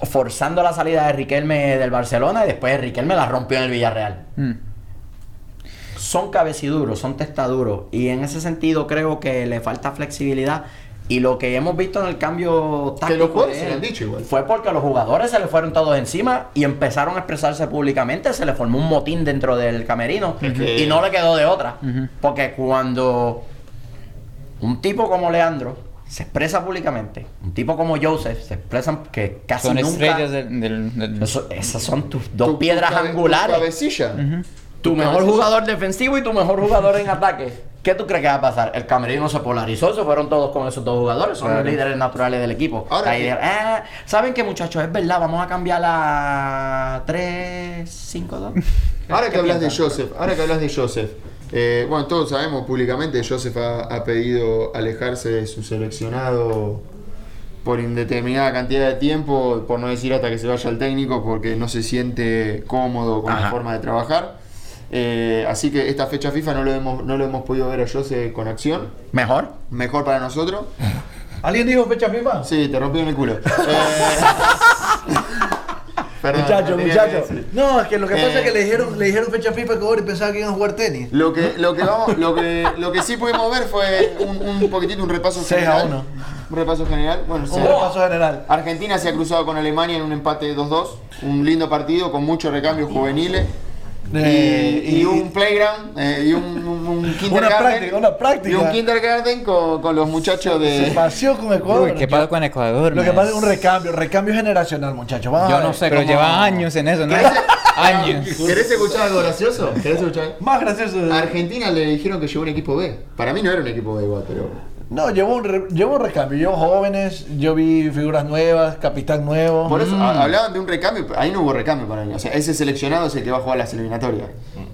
Speaker 1: forzando la salida de Riquelme del Barcelona y después Riquelme la rompió en el Villarreal.
Speaker 6: Mm.
Speaker 1: son cabeciduros, son testaduros. Y en ese sentido creo que le falta flexibilidad. Y lo que hemos visto en el cambio táctico.
Speaker 2: los jugadores
Speaker 1: de
Speaker 2: se lo han
Speaker 1: él
Speaker 2: dicho igual.
Speaker 1: Fue porque los jugadores se le fueron todos encima y empezaron a expresarse públicamente. Se le formó un motín dentro del camerino.
Speaker 2: que-
Speaker 1: Y no le quedó de otra. Porque cuando un tipo como Leandro se expresa públicamente, un tipo como Joseph se expresan que casi
Speaker 6: Son
Speaker 1: nunca.
Speaker 6: estrellas del... del- del-
Speaker 1: Eso- esas son tus
Speaker 2: Tu-
Speaker 1: dos
Speaker 2: tu
Speaker 1: piedras
Speaker 2: cabe- Tu
Speaker 1: angulares.
Speaker 2: cabecilla.
Speaker 1: Tu
Speaker 2: tu
Speaker 1: mejor
Speaker 2: cabeza.
Speaker 1: jugador defensivo y tu mejor jugador en ataque. ¿Qué tú crees que va a pasar? El camerino se polarizó, se fueron todos con esos dos jugadores, son los líderes naturales del equipo.
Speaker 2: Ahora
Speaker 1: Ahí
Speaker 2: sí.
Speaker 1: dijeron, "Ah, ¿Saben qué muchachos? Es verdad, vamos a cambiar la 3, 5, 2.
Speaker 2: Ahora que hablas de
Speaker 1: piensan?
Speaker 2: Joseph, ahora que hablas de Joseph, eh, bueno, todos sabemos públicamente Joseph ha, ha pedido alejarse de su seleccionado por indeterminada cantidad de tiempo, por no decir hasta que se vaya el técnico, porque no se siente cómodo con la
Speaker 1: Ajá.
Speaker 2: forma de trabajar. Eh, así que esta fecha FIFA no lo hemos, no lo hemos podido ver a Joseph con acción.
Speaker 1: Mejor.
Speaker 2: Mejor para nosotros.
Speaker 4: ¿Alguien dijo fecha FIFA?
Speaker 2: Sí, te rompieron el culo. Eh, perdón,
Speaker 4: Muchacho,
Speaker 2: no tenía que
Speaker 4: muchacho.
Speaker 2: decir.
Speaker 4: No, es que lo que pasa
Speaker 2: Eh.
Speaker 4: es que le dijeron, le dijeron fecha FIFA que ahora y pensaba que iban a jugar tenis.
Speaker 2: Lo que, lo que vamos, lo que, lo que sí pudimos ver fue un, un poquitito, un repaso
Speaker 4: Seis a
Speaker 2: general.
Speaker 4: uno.
Speaker 2: Un repaso general. Bueno,
Speaker 4: Un
Speaker 2: se-
Speaker 4: repaso general.
Speaker 2: Argentina se ha cruzado con Alemania en un empate 2-2. Un lindo partido con muchos recambios juveniles. Y,
Speaker 4: Eh,
Speaker 2: y
Speaker 4: y-
Speaker 2: un playground, eh, y un, un, un kindergarten.
Speaker 4: práctica, una práctica.
Speaker 2: Y un kindergarten con, con los muchachos
Speaker 4: Se
Speaker 2: de.
Speaker 4: paseó con Ecuador.
Speaker 6: Uy, ¿qué pasa con Ecuador?
Speaker 4: Lo que
Speaker 6: man?
Speaker 4: pasa es un recambio, recambio generacional, muchachos. Vamos a
Speaker 5: Yo
Speaker 4: ver.
Speaker 5: no sé
Speaker 6: Pero
Speaker 5: cómo...
Speaker 6: lleva años en eso, ¿no? años.
Speaker 2: ¿Querés escuchar algo gracioso? ¿Querés escuchar?
Speaker 4: Más gracioso.
Speaker 2: A
Speaker 5: Ah.
Speaker 2: Argentina le dijeron que llevó un equipo B. Para mí no era un equipo B igual, pero.
Speaker 4: No, llevo un, re- llevo un recambio. Llevo jóvenes, yo vi figuras nuevas, capitán nuevo.
Speaker 2: Por
Speaker 5: Mm.
Speaker 2: eso ha- hablaban de un recambio, pero ahí no hubo recambio para mí. O sea, ese seleccionado es el que va a jugar las eliminatorias.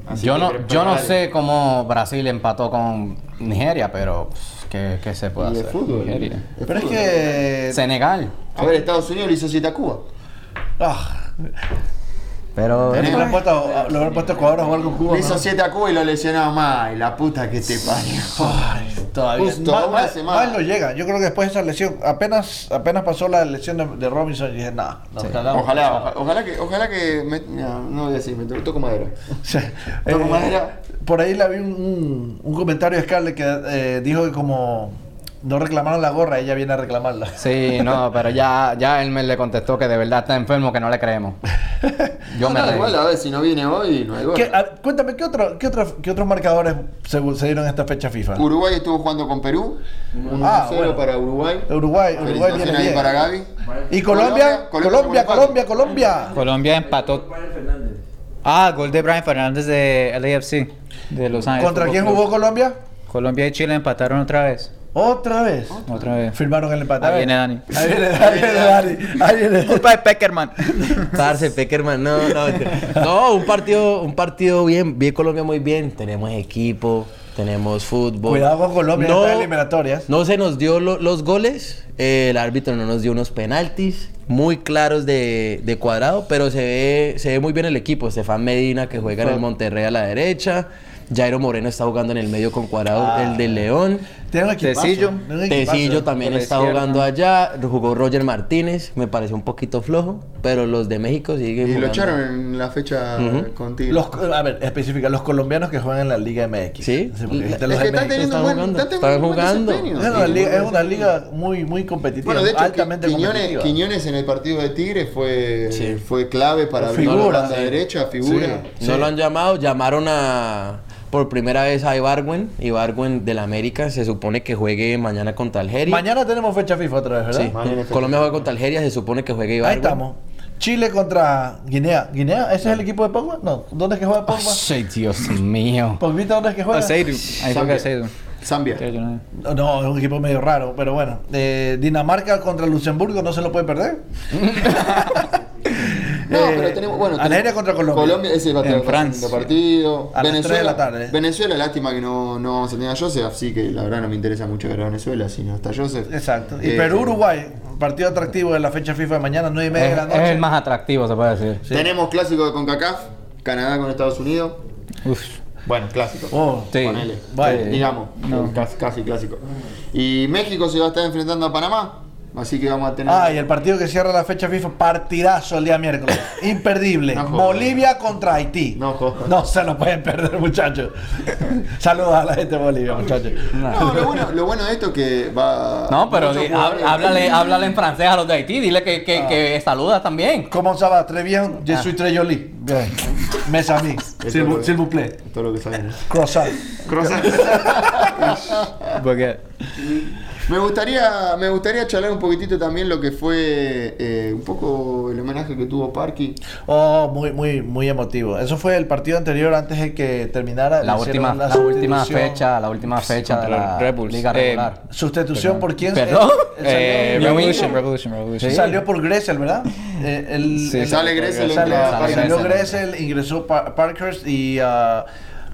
Speaker 2: Así
Speaker 5: Mm. Yo
Speaker 2: que
Speaker 5: no,
Speaker 2: pre-
Speaker 5: yo no
Speaker 2: preparate.
Speaker 5: sé cómo Brasil empató con Nigeria, pero pff, ¿qué, qué se puede
Speaker 2: Y
Speaker 5: hacer?
Speaker 2: es fútbol.
Speaker 5: Nigeria.
Speaker 4: Pero es que.
Speaker 5: Senegal.
Speaker 2: A ver, Estados Unidos le hizo 7 a Cuba.
Speaker 4: Ah,
Speaker 5: Pero
Speaker 4: lo hubieran puesto, lo hubieran puesto a Ecuador a jugar con Cuba.
Speaker 2: Le hizo
Speaker 4: ¿no?
Speaker 2: 7 a Cuba y lo lesionaba más. Y la puta que te parió.
Speaker 4: Ay, todavía.
Speaker 2: Justo,
Speaker 4: Mal-
Speaker 2: a una
Speaker 4: mal-
Speaker 2: semana.
Speaker 4: mal no llega. Yo creo que después de esa lesión, apenas, apenas pasó la lesión de, de Robinson, y dije, nada, nos cagamos.
Speaker 2: Ojalá, oja- ojalá que, ojalá que me- no, no voy a decir, me to- toco madera.
Speaker 4: O sea,
Speaker 2: Toco
Speaker 4: eh,
Speaker 2: madera.
Speaker 4: Por ahí la vi un, un- un comentario de Scarlett que eh, dijo que como no reclamaron la gorra, ella viene a reclamarla.
Speaker 5: Sí, no, pero ya, ya Elmer le contestó que de verdad está enfermo, que no le creemos. Yo me
Speaker 2: Ah, No,
Speaker 5: reí.
Speaker 2: igual, a ver, si no viene hoy, no hay gol.
Speaker 4: ¿Qué- Ah. a- cuéntame, ¿qué, otro, qué, otro- qué otros marcadores se, se dieron esta fecha FIFA?
Speaker 2: Uruguay estuvo jugando con Perú. 1-0
Speaker 4: Ah, bueno.
Speaker 2: para Uruguay.
Speaker 4: Uruguay, Uruguay viene
Speaker 2: Felicitaciones ahí
Speaker 4: bien.
Speaker 2: para Gaby.
Speaker 4: Y Colombia, Colombia, Colombia, Colombia. Colombia.
Speaker 6: Colombia empató. Ah, gol de Brian Fernández de LAFC. De Los Ángeles.
Speaker 4: ¿Contra
Speaker 6: Fútbol
Speaker 4: quién
Speaker 6: Club.
Speaker 4: jugó Colombia?
Speaker 6: Colombia y Chile empataron otra vez.
Speaker 4: Otra vez.
Speaker 6: Otra vez.
Speaker 4: Firmaron el empate.
Speaker 6: Ahí viene Dani.
Speaker 4: Ahí viene, ahí viene Dani. Ahí viene Dani.
Speaker 6: Culpa de Peckerman.
Speaker 3: Parce, Peckerman, no, no. mentira. No, un partido, un partido bien, bien Colombia muy bien. Tenemos equipo, tenemos fútbol.
Speaker 4: Cuidado con Colombia en estas eliminatorias.
Speaker 3: No se nos dio lo- los goles. eh, el árbitro no nos dio unos penaltis muy claros de, de cuadrado, pero se ve, se ve muy bien el equipo. Estefan Medina que juega en el Monterrey a la derecha. Jairo Moreno está jugugando en el medio con cuadrado, el de León.
Speaker 4: Tiene un equipazo.
Speaker 6: Tecillo.
Speaker 4: tiene un equipazo.
Speaker 3: Tecillo también
Speaker 6: por la
Speaker 3: está
Speaker 6: izquierda.
Speaker 3: jugando allá. Jugó Roger Martínez, me pareció un poquito flojo, pero los de México siguen
Speaker 2: Y lo
Speaker 3: jugando.
Speaker 2: echaron en la fecha contigo.
Speaker 4: Los, a ver, especifica, los colombianos que juegan en la Liga MX.
Speaker 3: Sí.
Speaker 4: porque
Speaker 3: Es
Speaker 4: ahorita
Speaker 2: Es
Speaker 4: los
Speaker 2: que
Speaker 4: de
Speaker 2: están
Speaker 4: México
Speaker 2: teniendo un buen,
Speaker 3: jugando,
Speaker 2: están teniendo un buen
Speaker 3: están jugando.
Speaker 2: desempeño.
Speaker 4: Es una, liga, es una liga muy, muy competitiva.
Speaker 2: Bueno, de hecho,
Speaker 4: altamente
Speaker 2: Qui- Quiñones,
Speaker 4: competitiva.
Speaker 2: Quiñones en el partido de Tigre fue,
Speaker 3: Sí.
Speaker 2: fue clave para abrir
Speaker 4: Figura,
Speaker 2: la banda
Speaker 4: sí.
Speaker 2: derecha, figura.
Speaker 3: No lo han llamado, llamaron a por primera vez a Ibargüen, Ibargüen del América, se supone que juegue mañana contra Algeria.
Speaker 4: Mañana tenemos fecha FIFA otra vez, ¿verdad?
Speaker 3: Sí,
Speaker 2: Mañana es
Speaker 3: Colombia juega contra Algeria, se supone que juegue
Speaker 4: Ahí
Speaker 3: Ibargüen.
Speaker 4: estamos. Chile contra Guinea. ¿Guinea? ¿Ese es el equipo de Pogba? No. ¿Dónde es que juega Pogba?
Speaker 5: Ay, Dios mío.
Speaker 4: ¿Pogba dónde es que juega?
Speaker 6: Aceiru. Ahí fue que Aceiru.
Speaker 2: Zambia.
Speaker 4: No, es un equipo medio raro, pero bueno. Eh, Dinamarca contra Luxemburgo, no se lo puede perder.
Speaker 2: No,
Speaker 4: Eh,
Speaker 2: pero tenemos. Bueno,
Speaker 4: Algeria
Speaker 2: tenemos-
Speaker 4: contra Colombia.
Speaker 2: Colombia ese va a
Speaker 6: En
Speaker 2: tener el
Speaker 6: Francia.
Speaker 2: partido.
Speaker 4: A las tres de la tarde.
Speaker 2: Venezuela, lástima que no, no vamos a tener a Joseph, así que la verdad no me interesa mucho ver a Venezuela si no está Joseph.
Speaker 4: Exacto. Y
Speaker 2: Eh,
Speaker 4: Perú-Uruguay, partido atractivo de la fecha FIFA de mañana, 9 y media de
Speaker 5: Es,
Speaker 4: la
Speaker 5: es
Speaker 4: noche.
Speaker 5: el más atractivo, se puede decir.
Speaker 4: Sí.
Speaker 2: Tenemos clásico de CONCACAF, Canadá con Estados Unidos.
Speaker 6: Uf.
Speaker 2: Bueno, clásico.
Speaker 4: Oh,
Speaker 6: Sí.
Speaker 2: Ponele.
Speaker 4: Vale.
Speaker 2: Eh, digamos, casi, casi clásico. Y México se va a estar enfrentando a Panamá. Así que vamos a tener.
Speaker 4: Ay, Ah, el partido que cierra la fecha FIFA, partidazo el día miércoles. Imperdible.
Speaker 2: No jodas.
Speaker 4: Bolivia contra Haití.
Speaker 2: No jodas.
Speaker 4: No se lo pueden perder, muchachos. Saludos a la gente de Bolivia, muchachos.
Speaker 2: No, lo bueno, lo bueno de esto es que va.
Speaker 5: No, pero
Speaker 2: muchos
Speaker 5: di-
Speaker 2: jugadores-
Speaker 5: hab- háblale, háblale en francés a los de Haití. Dile que, que, que saludas también.
Speaker 4: ¿Cómo se va? Très bien. Je suis très joli. Bien. Mes amis. S'il vous- s'il vous plaît.
Speaker 2: Todo lo que sabemos.
Speaker 4: Croissant.
Speaker 6: Porque
Speaker 2: Me gustaría, me gustaría charlar un poquitito también lo que fue eh, un poco el homenaje que tuvo Parky.
Speaker 4: Oh, muy, muy, muy emotivo. Eso fue el partido anterior antes de que terminara.
Speaker 5: La
Speaker 4: le hicieron
Speaker 5: última, la última
Speaker 4: sustitución.
Speaker 5: fecha, la última fecha de
Speaker 6: contra
Speaker 5: la
Speaker 6: Red Bulls.
Speaker 5: liga
Speaker 6: Eh,
Speaker 5: regular.
Speaker 4: Sustitución por quién? se-
Speaker 5: Perdón.
Speaker 4: Él salió-
Speaker 6: eh,
Speaker 5: Yo
Speaker 6: Revolution,
Speaker 5: mismo.
Speaker 6: Revolution, Revolution.
Speaker 4: Salió por Gressel, ¿verdad? Eh, el,
Speaker 6: Sí,
Speaker 4: el-
Speaker 2: sale Gressel,
Speaker 4: sale-
Speaker 2: entra
Speaker 4: sale-
Speaker 5: Parker.
Speaker 4: salió Gressel, ingresó Pa- Parkhurst y ah,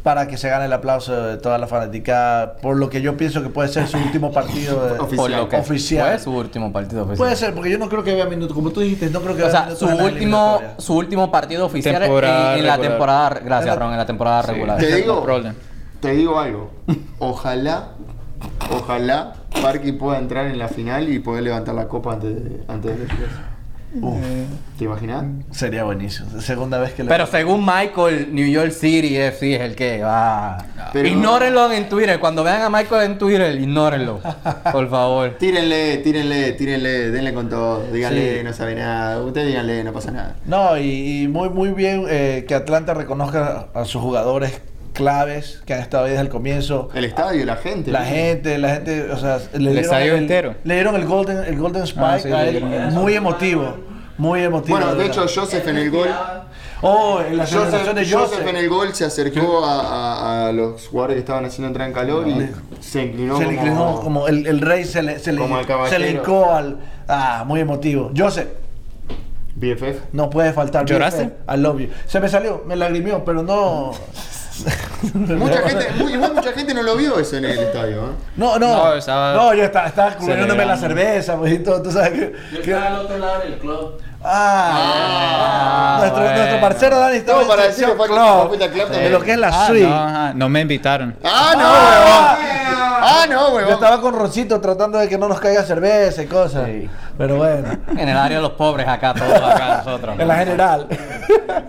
Speaker 4: para que se gane el aplauso de toda la fanática, por lo que yo pienso que puede ser su último partido eh, de-
Speaker 2: Oficial.
Speaker 5: Por lo que
Speaker 4: Oficial.
Speaker 5: fue su último partido oficial.
Speaker 4: Puede ser, porque yo no creo que vea minutos, como tú dijiste, no creo que
Speaker 5: o
Speaker 4: vea
Speaker 5: sea,
Speaker 4: minutos
Speaker 5: su
Speaker 4: en la
Speaker 5: último,
Speaker 4: eliminatoria.
Speaker 5: su último partido oficial en,
Speaker 6: Temporada
Speaker 5: en la
Speaker 6: regular.
Speaker 5: temporada, gracias
Speaker 4: En la-
Speaker 5: Ron, en la temporada regular.
Speaker 2: Te
Speaker 6: No
Speaker 2: digo,
Speaker 6: problem.
Speaker 2: te digo algo. Ojalá, ojalá Parky pueda entrar en la final y poder levantar la copa antes de, antes de retirarse.
Speaker 4: Uf,
Speaker 2: ¿Te imaginas?
Speaker 4: sería buenísimo. Segunda vez que le
Speaker 5: Pero según Michael, New York City FC es el que va.
Speaker 2: Pero-
Speaker 5: Ignórenlo en Twitter. Cuando vean a Michael en Twitter, ignórenlo. Por favor.
Speaker 2: Tírenle, tírenle, tírenle, denle con todo. Díganle,
Speaker 5: Sí.
Speaker 2: no sabe nada. Ustedes díganle, no pasa nada.
Speaker 4: No, y, y muy muy bien eh, que Atlanta reconozca a sus jugadores claves que han estado ahí desde el comienzo.
Speaker 2: El estadio, la gente.
Speaker 4: La
Speaker 2: ¿no?
Speaker 4: gente, la gente, o sea, le
Speaker 6: estadio entero.
Speaker 4: Le dieron el Golden, el golden Spike
Speaker 6: Ah, sí,
Speaker 4: a
Speaker 6: le
Speaker 4: él.
Speaker 6: dieron
Speaker 4: Muy emotivo, muy emotivo.
Speaker 2: Bueno, de
Speaker 4: verdad.
Speaker 2: hecho, Joseph en el gol.
Speaker 4: Oh, en la
Speaker 2: Joseph,
Speaker 4: celebración de
Speaker 2: Joseph
Speaker 4: Joseph.
Speaker 2: en el gol se acercó a, a- a los jugadores que estaban haciendo entrar en calor y se inclinó,
Speaker 4: se le
Speaker 2: como,
Speaker 4: inclinó como el, el rey se le, se le,
Speaker 2: Como el
Speaker 4: se
Speaker 2: caballero.
Speaker 4: le hincó al. Ah, muy emotivo. Joseph,
Speaker 2: BFF.
Speaker 4: no puede faltar.
Speaker 6: ¿Lloraste?
Speaker 4: BFF, I love you. Se me salió, me lagrimió, pero no.
Speaker 2: Mucha gente, muy- igual mucha gente no lo vio eso en el estadio. ¿eh?
Speaker 4: No, no.
Speaker 6: No,
Speaker 4: No,
Speaker 6: estaba-
Speaker 4: yo estaba, estaba cubriéndome la
Speaker 6: Celebrando.
Speaker 4: cerveza, mojito, tú sabes que. que-
Speaker 3: otro lado del club.
Speaker 4: Ah, nuestro,
Speaker 6: bueno.
Speaker 4: nuestro parcero Dani estaba
Speaker 2: No,
Speaker 4: en
Speaker 2: para
Speaker 4: sección
Speaker 2: decirlo, fue-
Speaker 4: club,
Speaker 2: fue la club
Speaker 4: de
Speaker 2: también.
Speaker 4: lo que es la
Speaker 6: Ah,
Speaker 4: suite.
Speaker 6: no, ajá, no me invitaron.
Speaker 2: ¡Ah, no,
Speaker 4: Ah.
Speaker 2: huevón! ¡Ah, no,
Speaker 4: Yo
Speaker 2: huevón!
Speaker 4: estaba con Roncito tratando de que no nos caiga cerveza y cosas. Pero bueno,
Speaker 5: En el área de los pobres acá, todos acá nosotros.
Speaker 4: en la general.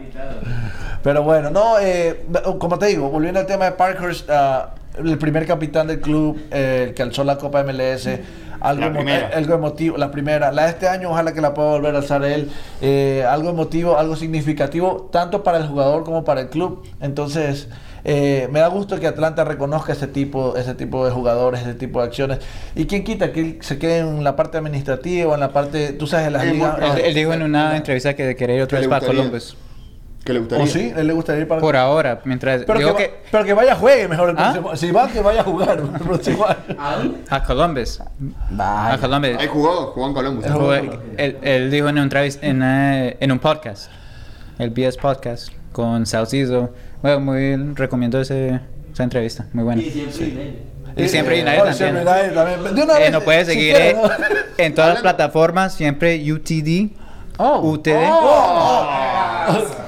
Speaker 4: Pero bueno, no, eh, como te digo, volviendo al tema de Parkhurst, ah, el primer capitán del club, eh, el que alzó la Copa MLS, algo,
Speaker 2: La
Speaker 4: emo-
Speaker 2: primera.
Speaker 4: eh, algo emotivo, la primera, la de este año, ojalá que la pueda volver a alzar él, eh, algo emotivo, algo significativo, tanto para el jugador como para el club. Entonces, eh, me da gusto que Atlanta reconozca ese tipo, ese tipo de jugadores, ese tipo de acciones. ¿Y quién quita que él se quede en la parte administrativa, en la parte, tú sabes, de las
Speaker 2: Es muy
Speaker 4: ligas? Ah,
Speaker 2: probable.
Speaker 6: Él, él dijo en una entrevista que quería ir otra
Speaker 2: Que
Speaker 6: vez
Speaker 2: le
Speaker 6: para
Speaker 2: gustaría.
Speaker 6: Columbus.
Speaker 2: Que le
Speaker 4: ¿O
Speaker 2: gustaría.
Speaker 4: ¿Oh, sí? ¿A él le gustaría ir para
Speaker 6: Por ahora, mientras
Speaker 4: Pero que,
Speaker 6: digo
Speaker 4: va-
Speaker 6: que
Speaker 4: pero que vaya a juegue mejor el
Speaker 6: ¿Ah?
Speaker 4: próximo- Si va, que vaya a jugar el próximo año.
Speaker 6: a Columbus.
Speaker 5: Vaya.
Speaker 6: A Columbus.
Speaker 2: Ahí jugó, jugó en Columbus.
Speaker 4: El-
Speaker 6: Jugó- él, él dijo en un, travis- en, eh, en un podcast, el BS Podcast, con Saucizo. Bueno, muy recomiendo ese, esa entrevista, muy buena. Y siempre United
Speaker 4: Bueno,
Speaker 6: también.
Speaker 4: Eh, siempre United también. De una
Speaker 6: Eh,
Speaker 4: vez,
Speaker 6: nos puede
Speaker 4: si
Speaker 6: seguir
Speaker 4: quiere,
Speaker 6: eh,
Speaker 4: ¿no?
Speaker 6: en todas las
Speaker 2: Hablando-
Speaker 6: plataformas, siempre UTD,
Speaker 4: Oh.
Speaker 6: UTD,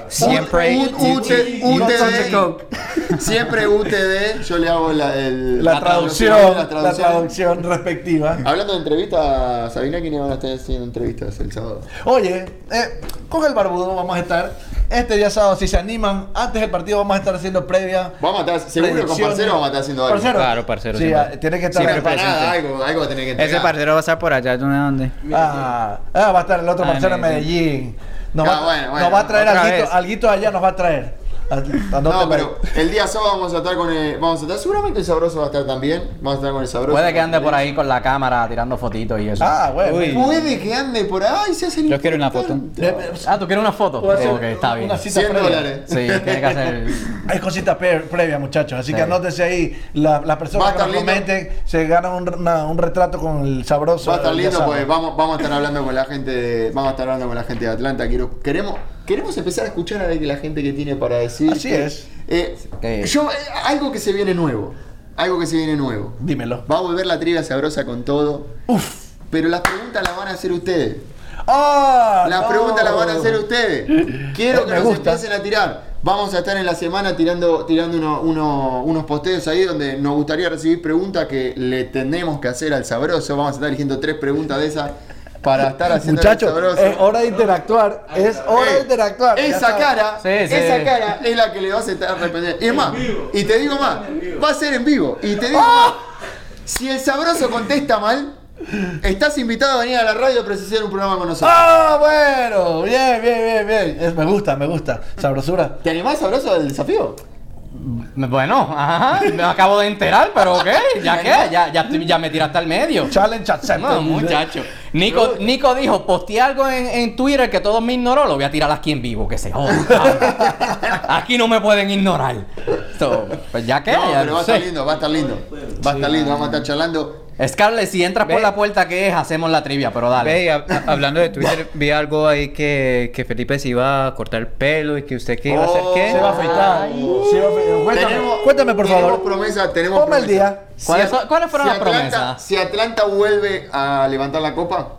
Speaker 6: siempre
Speaker 2: U- U- UT-
Speaker 6: UTD.
Speaker 2: UTD. Siempre UTD. Yo le hago la, el-
Speaker 4: La traducción, la
Speaker 2: traducción.
Speaker 4: traducción respectiva.
Speaker 2: Hablando de entrevistas, Sabina, ¿quiénes van a estar haciendo entrevistas el sábado?
Speaker 4: Oye, eh, con el barbudo vamos a estar este día sábado, si se animan, antes del partido vamos a estar haciendo previa.
Speaker 2: Vamos a estar, seguro con
Speaker 4: predicciones.
Speaker 2: parcero vamos a estar haciendo algo.
Speaker 4: Parcero.
Speaker 6: Claro, parcero,
Speaker 4: Sí,
Speaker 6: siempre.
Speaker 4: ah, tiene que estar.
Speaker 6: Siempre
Speaker 4: ahí.
Speaker 6: presente.
Speaker 2: Preparada, algo, algo va a tener que entregar.
Speaker 6: Ese partero va a estar por allá, ¿de dónde?
Speaker 4: Ah, ah, va a estar el otro
Speaker 6: Ah,
Speaker 4: parcero en
Speaker 6: Medellín.
Speaker 4: Medellín. Nos,
Speaker 2: Ah,
Speaker 4: va,
Speaker 2: bueno,
Speaker 4: nos
Speaker 2: bueno,
Speaker 4: va a traer
Speaker 6: otra
Speaker 4: alguito,
Speaker 6: vez.
Speaker 4: alguito allá, nos va a traer.
Speaker 2: No,
Speaker 4: Anótelo.
Speaker 2: pero el día sábado vamos a estar con el. Vamos a estar, seguramente el sabroso va a estar también. Vamos a estar con el sabroso.
Speaker 5: Puede que ande por ahí con la cámara tirando fotitos y eso.
Speaker 4: Ah, bueno.
Speaker 6: Uy.
Speaker 2: Puede que ande por ahí. Se hace el
Speaker 6: Yo quiero una foto.
Speaker 2: importante.
Speaker 4: Eh, eh,
Speaker 5: Ah, ¿tú quieres una foto?
Speaker 4: Puedo hacer
Speaker 5: Ok, está bien.
Speaker 4: una
Speaker 5: Sí,
Speaker 2: 100
Speaker 4: previa.
Speaker 2: dólares.
Speaker 5: tiene que hacer.
Speaker 4: Hay cositas pre- previas, muchachos. Así que
Speaker 5: Sí.
Speaker 4: anótense ahí. La- Las
Speaker 2: Va a
Speaker 4: personas que
Speaker 2: estar
Speaker 4: nos
Speaker 2: lindo.
Speaker 4: comenten se ganan un, re- una- un retrato con el sabroso.
Speaker 2: pues, Va a estar
Speaker 4: ya
Speaker 2: lindo
Speaker 4: saben.
Speaker 2: porque vamos, vamos a estar hablando con la gente de. Vamos a estar hablando con la gente de Atlanta. Quiero, queremos, queremos empezar a escuchar a ver qué la gente que tiene para decir.
Speaker 4: Así es.
Speaker 2: Eh,
Speaker 5: Eh.
Speaker 2: Yo, eh, algo que se viene nuevo. Algo que se viene nuevo.
Speaker 4: Dímelo.
Speaker 2: Va a volver la trivia sabrosa con todo. Uf. Pero las preguntas las van a hacer ustedes.
Speaker 4: ¡Ah!
Speaker 2: Las
Speaker 4: no! Eh,
Speaker 2: preguntas las van a hacer ustedes. Quiero que
Speaker 4: Me
Speaker 2: nos
Speaker 4: gusta.
Speaker 2: empiecen a tirar. Vamos a estar en la semana tirando, tirando uno- uno- unos posteos ahí donde nos gustaría recibir preguntas que le tenemos que hacer al sabroso. Vamos a estar eligiendo tres preguntas de esas para estar haciendo
Speaker 4: Muchachos,
Speaker 2: al sabroso.
Speaker 4: es hora de interactuar. Es hora de
Speaker 2: Ey,
Speaker 4: interactuar. ya
Speaker 2: Esa
Speaker 4: saben.
Speaker 2: cara,
Speaker 5: Sí, sí.
Speaker 2: esa cara es la que le vas a estar arrepentiendo. Y es más, y te digo más, va a ser en vivo. Y te digo
Speaker 4: ¡Ah!
Speaker 2: más, si el sabroso contesta mal, estás invitado a venir a la radio a presenciar un programa con nosotros.
Speaker 4: ¡Ah, bueno! Bien, bien, bien, bien. Es- me gusta, me gusta. Sabrosura.
Speaker 2: ¿Te animás, sabroso, al desafío?
Speaker 5: Bueno, ajá, me acabo de enterar, pero ok, ya qué, ya, ya, estoy- ya me tiraste al medio.
Speaker 4: Challenge accepted.
Speaker 5: No, muchacho. Nico, Nico dijo, posteé algo en, en Twitter que todos me ignoró, lo voy a tirar aquí en vivo, que se joda. aquí no me pueden ignorar. So, pues ya que,
Speaker 2: No,
Speaker 5: ya
Speaker 2: pero va a
Speaker 5: sé.
Speaker 2: estar lindo, va a estar lindo. Va a estar lindo, vamos a estar charlando.
Speaker 5: Scarlett, si entras por
Speaker 6: Ve.
Speaker 5: la puerta que es, hacemos la trivia, pero dale.
Speaker 6: Ve, y hab- a- hablando de Twitter, vi algo ahí que, que Felipe se iba a cortar el pelo y que usted que iba a hacer
Speaker 2: Oh,
Speaker 6: qué.
Speaker 4: Se va a
Speaker 5: Ah.
Speaker 4: afeitar. Se va a afeitar. Cuéntame,
Speaker 2: Tenemos-
Speaker 4: cuéntame, por
Speaker 2: tenemos
Speaker 4: favor.
Speaker 2: promesa, tenemos
Speaker 4: Ponme el
Speaker 2: promesa.
Speaker 4: día.
Speaker 5: ¿Cuáles
Speaker 2: Si a-
Speaker 5: son- cuáles fueron
Speaker 2: si
Speaker 5: las
Speaker 2: Atlanta-
Speaker 5: promesas?
Speaker 2: Si Atlanta vuelve a levantar la copa,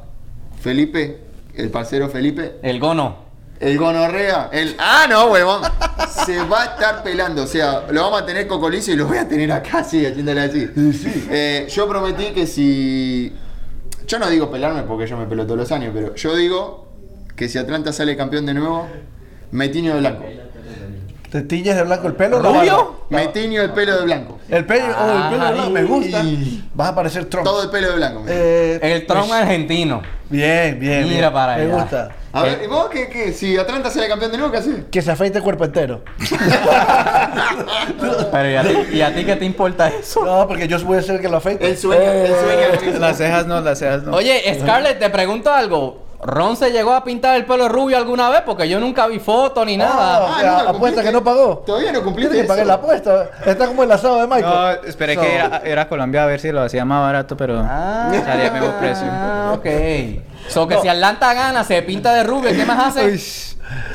Speaker 2: Felipe, el parcero Felipe,
Speaker 5: El gono.
Speaker 2: El gonorrea, el. ¡Ah, no, huevón! Se va a estar pelando. O sea, lo vamos a tener cocolizo y lo voy a tener acá, sí, haciéndole así. Eh, yo prometí que si. Yo no digo pelarme porque yo me pelo todos los años, pero yo digo que si Atlanta sale campeón de nuevo, me tiño de blanco.
Speaker 4: ¿Te tiñes de blanco el pelo? o la
Speaker 5: ¿Rubio?
Speaker 4: barba?
Speaker 2: Me tiño el pelo de blanco.
Speaker 4: El pelo, oh, el pelo de blanco, me gusta.
Speaker 2: Ay.
Speaker 4: Vas a parecer Trump.
Speaker 2: Todo el pelo de blanco. me-
Speaker 4: Eh,
Speaker 5: El tron argentino.
Speaker 4: Bien, bien.
Speaker 5: Mira
Speaker 4: bien.
Speaker 5: para
Speaker 4: me
Speaker 5: allá.
Speaker 4: gusta.
Speaker 2: A ver, ¿y vos qué, qué? Si Atlanta sale campeón de nuevo, ¿qué haces?
Speaker 4: Que se afeite el cuerpo entero.
Speaker 5: Pero ¿y a, ti, y a ti qué te importa eso?
Speaker 4: No, porque yo voy a ser el que lo afeite.
Speaker 2: Él sueña,
Speaker 4: Eh,
Speaker 2: él sueña
Speaker 4: Oh.
Speaker 2: con eso.
Speaker 6: Las cejas no, las cejas no.
Speaker 5: Oye, Scarlett, te pregunto algo. ¿Ron se llegó a pintar el pelo rubio alguna vez? Porque yo nunca vi foto ni nada.
Speaker 4: Ah,
Speaker 2: Ah,
Speaker 4: o sea,
Speaker 2: nunca
Speaker 4: apuesta
Speaker 2: cumpliste.
Speaker 4: que no pagó.
Speaker 2: Todavía no cumpliste
Speaker 4: Tiene que
Speaker 2: eso.
Speaker 4: pagar la apuesta. Está como el asado de Michael.
Speaker 6: No, esperé
Speaker 4: So, Ah.
Speaker 6: que era, era Colombia a ver si lo hacía más barato, pero salía a mismo precio.
Speaker 5: Ah, ok. So que si Atlanta gana, se pinta de rubio, ¿qué más hace?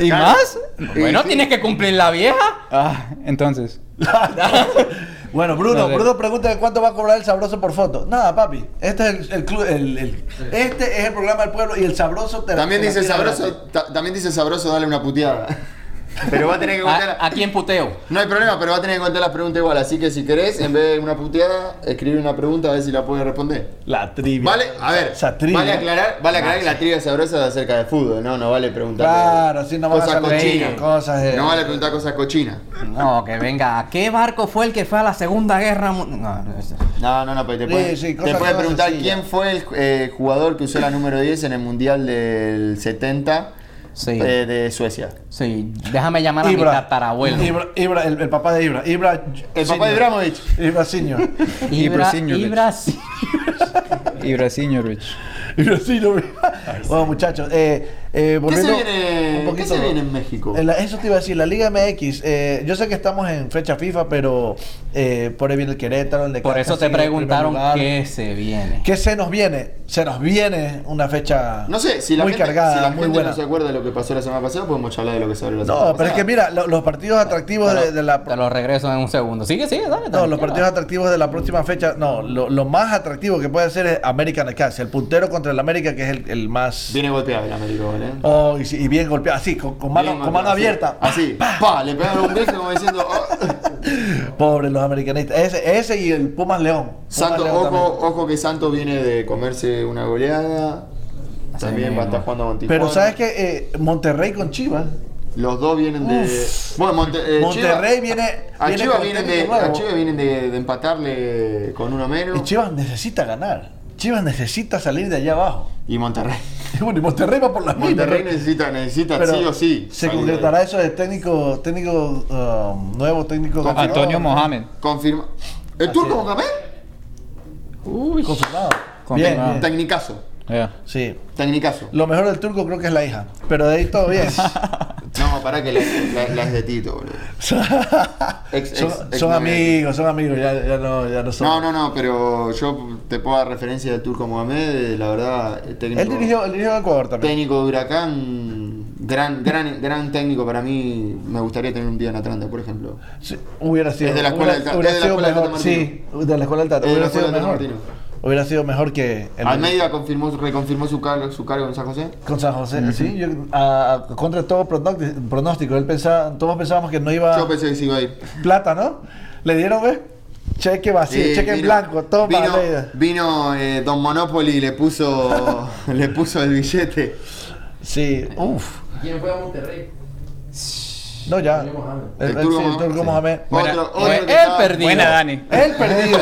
Speaker 5: ¿Y más? Bueno, tienes que cumplir la vieja.
Speaker 6: Ah, entonces.
Speaker 4: Bueno, Bruno,
Speaker 6: No sé.
Speaker 4: Bruno pregunta de cuánto va a cobrar el sabroso por foto. Nada, papi. Este es el, el club, el, el- este es el programa del pueblo y el sabroso te
Speaker 2: También
Speaker 4: te la
Speaker 2: dice
Speaker 4: tira
Speaker 2: sabroso,
Speaker 4: gratis.
Speaker 2: ta- también dice sabroso dale una puteada. Pero va a tener que contar.
Speaker 5: ¿A, a quién puteo?
Speaker 2: No hay problema, pero va a tener que contar las preguntas igual. Así que si querés, en vez de una puteada, escribir una pregunta a ver si la puede responder.
Speaker 4: La trivia.
Speaker 2: Vale, a ver,
Speaker 4: Esa trivia.
Speaker 2: vale aclarar, vale aclarar que la trivia sabrosa es acerca de fútbol, no, no vale preguntar
Speaker 4: Claro, así no vas a
Speaker 2: cosas
Speaker 4: salir
Speaker 2: cochinas.
Speaker 4: con cosas de-
Speaker 2: No vale preguntar cosas cochinas.
Speaker 5: No, que venga. ¿A qué barco fue el que fue a la Segunda Guerra Mundial? No, ese-
Speaker 2: No, no, no, pero te
Speaker 4: Sí,
Speaker 2: puede,
Speaker 4: sí,
Speaker 2: te
Speaker 4: cosas-
Speaker 2: puede
Speaker 4: cosas
Speaker 2: preguntar
Speaker 4: sencillas.
Speaker 2: quién fue el eh, jugador que usó la número 10 en el Mundial del 70
Speaker 5: Sí.
Speaker 2: eh, de Suecia.
Speaker 5: Sí, déjame llamar a mi tatarabuelo.
Speaker 4: Ah, Ibra, Ibra, el, el papá de Ibra. Ibra
Speaker 2: El papá de Ibrahimovic.
Speaker 4: Ibra Senior.
Speaker 5: Ibra,
Speaker 6: Ibra-
Speaker 5: Ibra-
Speaker 6: Y Brasil, Rich.
Speaker 4: Ibra Senior. bueno, muchachos, eh, eh,
Speaker 2: ¿Qué se
Speaker 4: volviendo
Speaker 2: viene,
Speaker 4: un
Speaker 2: ¿qué
Speaker 4: poquito-
Speaker 2: se viene en México?
Speaker 4: En la- eso te iba a decir, la Liga MX, eh, yo sé que estamos en fecha FIFA, pero eh, por ahí viene el Querétaro, el de
Speaker 5: Por eso te preguntaron qué se viene.
Speaker 4: ¿Qué se nos viene? Se nos viene una fecha
Speaker 2: No sé, si la
Speaker 4: muy
Speaker 2: gente,
Speaker 4: cargada,
Speaker 2: si la
Speaker 4: muy
Speaker 2: gente
Speaker 4: buena.
Speaker 2: no se acuerda de lo que pasó la semana pasada, podemos charlar de lo que se habló la semana
Speaker 4: No, pero es que
Speaker 2: pasada.
Speaker 4: mira, lo- los partidos atractivos de, de la...
Speaker 5: Te lo regreso en un segundo. Sigue, sigue, dale.
Speaker 4: No, los
Speaker 5: tranquilo.
Speaker 4: partidos atractivos de la próxima fecha, no, lo, lo más atractivo que puede ser es American Acacia, el puntero contra el América, que es el, el más...
Speaker 2: Viene golpeado el América, ¿vale?
Speaker 4: Oh, y, sí, y bien golpeado, así, con, con mano,
Speaker 2: Bien golpeado,
Speaker 4: con mano
Speaker 2: así.
Speaker 4: abierta.
Speaker 2: Así, Ah, pa, le pegaron un grifo como diciendo. oh.
Speaker 4: Pobres los americanistas. Ese, ese y el Pumas León. Pumas
Speaker 2: Santo,
Speaker 4: León
Speaker 2: ojo,
Speaker 4: también.
Speaker 2: ojo que Santo viene de comerse una goleada.
Speaker 5: Así
Speaker 2: También va a
Speaker 5: mismo.
Speaker 2: estar jugando con Tijuana.
Speaker 4: Pero sabes que Monterrey con Chivas.
Speaker 2: Los dos vienen de. Bueno, Monte- eh, Chivas-
Speaker 4: Monterrey viene.
Speaker 2: A
Speaker 4: viene
Speaker 2: Chivas
Speaker 4: con
Speaker 2: vienen,
Speaker 4: técnico
Speaker 2: de, a
Speaker 4: nuevo.
Speaker 2: Chivas vienen de, de empatarle con uno menos.
Speaker 4: Y Chivas necesita ganar. Chivas necesita salir de allá abajo.
Speaker 2: Y Monterrey.
Speaker 4: Y bueno, y Monterrey va por las mismas.
Speaker 2: Monterrey necesita, necesita sí o sí. Eh,
Speaker 4: Se
Speaker 2: salir de ahí.
Speaker 4: concretará eso de técnico, técnico um, nuevo, técnico confirmado.
Speaker 6: Antonio Mohamed.
Speaker 2: Confirma. ¿El turco Mohamed?
Speaker 4: Confirmado.
Speaker 6: Confirmado.
Speaker 4: Bien, bien.
Speaker 2: Tecnicazo.
Speaker 6: Yeah.
Speaker 4: Sí.
Speaker 2: Tecnicazo.
Speaker 4: Lo mejor del turco creo que es la hija. Pero de ahí todo bien.
Speaker 2: No, pará que la, la- la es de Tito, boludo.
Speaker 4: son
Speaker 2: Ex- ex-
Speaker 4: son-
Speaker 2: ex
Speaker 4: son
Speaker 2: novia.
Speaker 4: amigos, son amigos. Ya, ya no, ya no son.
Speaker 2: No, no, no, pero yo te puedo dar referencia del Turco Mohamed, eh, la verdad, eh, técnico,
Speaker 4: Él dirigió, él dirigió a Ecuador también.
Speaker 2: técnico de Huracán, gran, gran, gran técnico para mí, me gustaría tener un día en Atlanta, por ejemplo.
Speaker 4: Sí, hubiera sido
Speaker 2: Es de la escuela del
Speaker 4: hubiera-
Speaker 2: Tata-
Speaker 4: hubiera
Speaker 2: es de la
Speaker 4: sido
Speaker 2: escuela del
Speaker 4: mejor,
Speaker 2: Tata
Speaker 4: sí, de la escuela del Tata,
Speaker 2: Eh,
Speaker 4: hubiera
Speaker 2: la escuela
Speaker 4: sido
Speaker 2: de Tata
Speaker 4: mejor.
Speaker 2: Martino.
Speaker 4: Hubiera sido mejor que el-
Speaker 2: Almeida confirmó, reconfirmó su cargo, su cargo en San José.
Speaker 4: con San José. Sí, yo, a- a- contra todo pronóstico. pronóstico. Él pensaba, todos pensábamos que no iba
Speaker 2: Yo pensé que se iba a ir.
Speaker 4: plata, ¿no? Le dieron, ¿ves? Cheque vacío,
Speaker 2: Eh,
Speaker 4: cheque en
Speaker 2: vino-
Speaker 4: blanco, toma,
Speaker 2: Vino,
Speaker 4: Almeida.
Speaker 2: vino, eh, Don Monopoly y le puso, le puso el billete.
Speaker 4: Sí, uff.
Speaker 3: ¿Quién fue a Monterrey?
Speaker 4: No, ya. El, el- sí, el Turco Mohamed.
Speaker 6: Buena-
Speaker 2: Otro, otro
Speaker 6: buen-
Speaker 2: que
Speaker 6: él
Speaker 2: estaba-
Speaker 6: perdió. Buena, Dani.
Speaker 4: El perdido.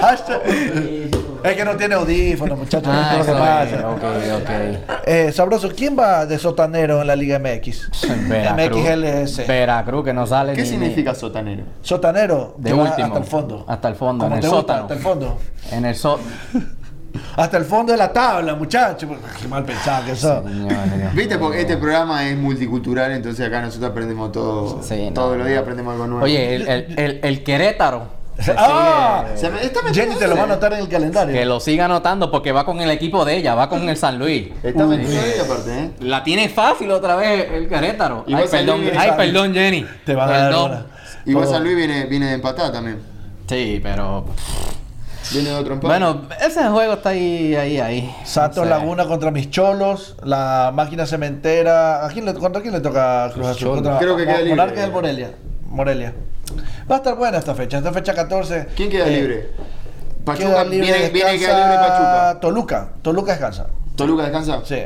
Speaker 4: Hashtag- es que no tiene audífono, muchachos.
Speaker 5: Ah,
Speaker 4: no
Speaker 5: eso
Speaker 4: sé lo que
Speaker 5: es.
Speaker 4: pasa.
Speaker 5: Ok, ok.
Speaker 4: Eh, sabroso, ¿quién va de sotanero en la Liga MX? MXLS.
Speaker 5: Veracruz, que no sale.
Speaker 2: ¿Qué
Speaker 5: ni- ni-
Speaker 2: significa sotanero?
Speaker 4: Sotanero,
Speaker 5: De
Speaker 4: que va
Speaker 5: último.
Speaker 4: Hasta el fondo.
Speaker 5: Hasta el fondo,
Speaker 4: Como
Speaker 5: en el
Speaker 4: te gusta,
Speaker 5: sótano.
Speaker 4: Hasta el fondo.
Speaker 5: En el sol.
Speaker 4: Hasta el fondo de la tabla, muchachos. Qué mal pensado que eso.
Speaker 2: Viste, porque este programa es multicultural, entonces acá nosotros aprendemos todo.
Speaker 5: Sí, no,
Speaker 2: todos los días
Speaker 5: no.
Speaker 2: aprendemos algo nuevo.
Speaker 5: Oye, el, el, el- el Querétaro. se
Speaker 4: ¡Ah!
Speaker 2: Se me- está
Speaker 4: Jenny te
Speaker 2: metiendo
Speaker 4: lo va a
Speaker 2: ella.
Speaker 4: anotar en el
Speaker 5: sigue- que
Speaker 4: calendario.
Speaker 5: lo siga anotando porque va con el equipo de ella, va con el San Luis.
Speaker 2: Está metiendo ella aparte, ¿eh?
Speaker 5: La tiene fácil otra vez el Querétaro.
Speaker 2: Y va
Speaker 5: ay,
Speaker 2: a salir
Speaker 5: perdón,
Speaker 2: bien.
Speaker 5: ay, perdón, Jenny.
Speaker 4: Te van a dar
Speaker 5: Perdón.
Speaker 4: una.
Speaker 2: Y vos San Luis viene, viene empatada también.
Speaker 5: Sí, pero.
Speaker 2: Viene de otro empate.
Speaker 5: Bueno, ese juego está ahí, ahí, ahí.
Speaker 4: Santos
Speaker 5: No sé.
Speaker 4: Laguna contra mis cholos, la máquina cementera. ¿A quién le, ¿Contra quién le toca Cruz Azul? Contra
Speaker 2: Creo que queda libre.
Speaker 4: Monarcas del Morelia. Morelia. Va a estar buena esta fecha, esta fecha 14.
Speaker 2: ¿Quién queda
Speaker 4: eh,
Speaker 2: libre? Pachuca
Speaker 4: queda libre,
Speaker 2: viene, viene que queda
Speaker 4: descansa
Speaker 2: libre Pachuca.
Speaker 4: Toluca. Toluca descansa.
Speaker 2: Toluca descansa.
Speaker 4: Sí,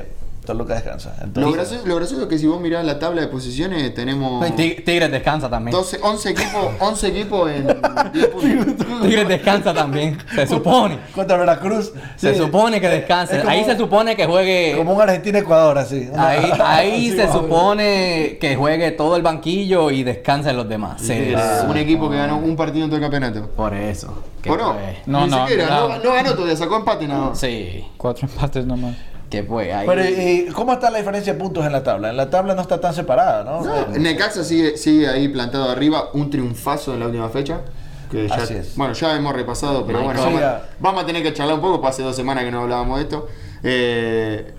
Speaker 4: Toluca descansa.
Speaker 2: Lo
Speaker 4: Entonces,
Speaker 2: gracioso, lo gracioso es que si vos mirás la tabla de posiciones, tenemos
Speaker 5: Tig- Tigres descansa también.
Speaker 2: 12, 11 equipos, 11 equipos en 10 puntos.
Speaker 5: Tigres descansa también. Se supone.
Speaker 4: contra Veracruz.
Speaker 5: Se
Speaker 4: sí.
Speaker 5: supone que descanse.
Speaker 4: Es como-
Speaker 5: Ahí se supone que juegue.
Speaker 4: Como un Argentina-Ecuador, así. Una-
Speaker 5: Ahí, ahí
Speaker 4: Sí,
Speaker 5: se
Speaker 4: más o menos.
Speaker 5: supone que juegue todo el banquillo y descansen los demás. Se
Speaker 2: Es Eh, un
Speaker 5: supone.
Speaker 2: equipo que ganó un partido en todo el campeonato.
Speaker 5: Por eso. Que
Speaker 2: ¿O no?
Speaker 5: pues-
Speaker 6: No,
Speaker 2: Ni
Speaker 6: no,
Speaker 2: siquiera,
Speaker 6: no.
Speaker 2: no, no ganó todavía, sacó empate nada más.
Speaker 5: Sí.
Speaker 6: Cuatro empates nomás.
Speaker 5: Que pues ahí.
Speaker 4: Pero, ¿y cómo está la diferencia de puntos en la tabla? En la tabla no está tan separada, ¿no?
Speaker 2: No, Necaxa sigue, sigue ahí plantado arriba, un triunfazo en la última fecha. Que ya,
Speaker 4: Así es.
Speaker 2: Bueno, ya hemos repasado, pero bueno,
Speaker 4: God.
Speaker 2: vamos, a-
Speaker 4: Siga.
Speaker 2: vamos a tener que charlar un poco, porque hace dos semanas que no hablábamos de esto. Eh,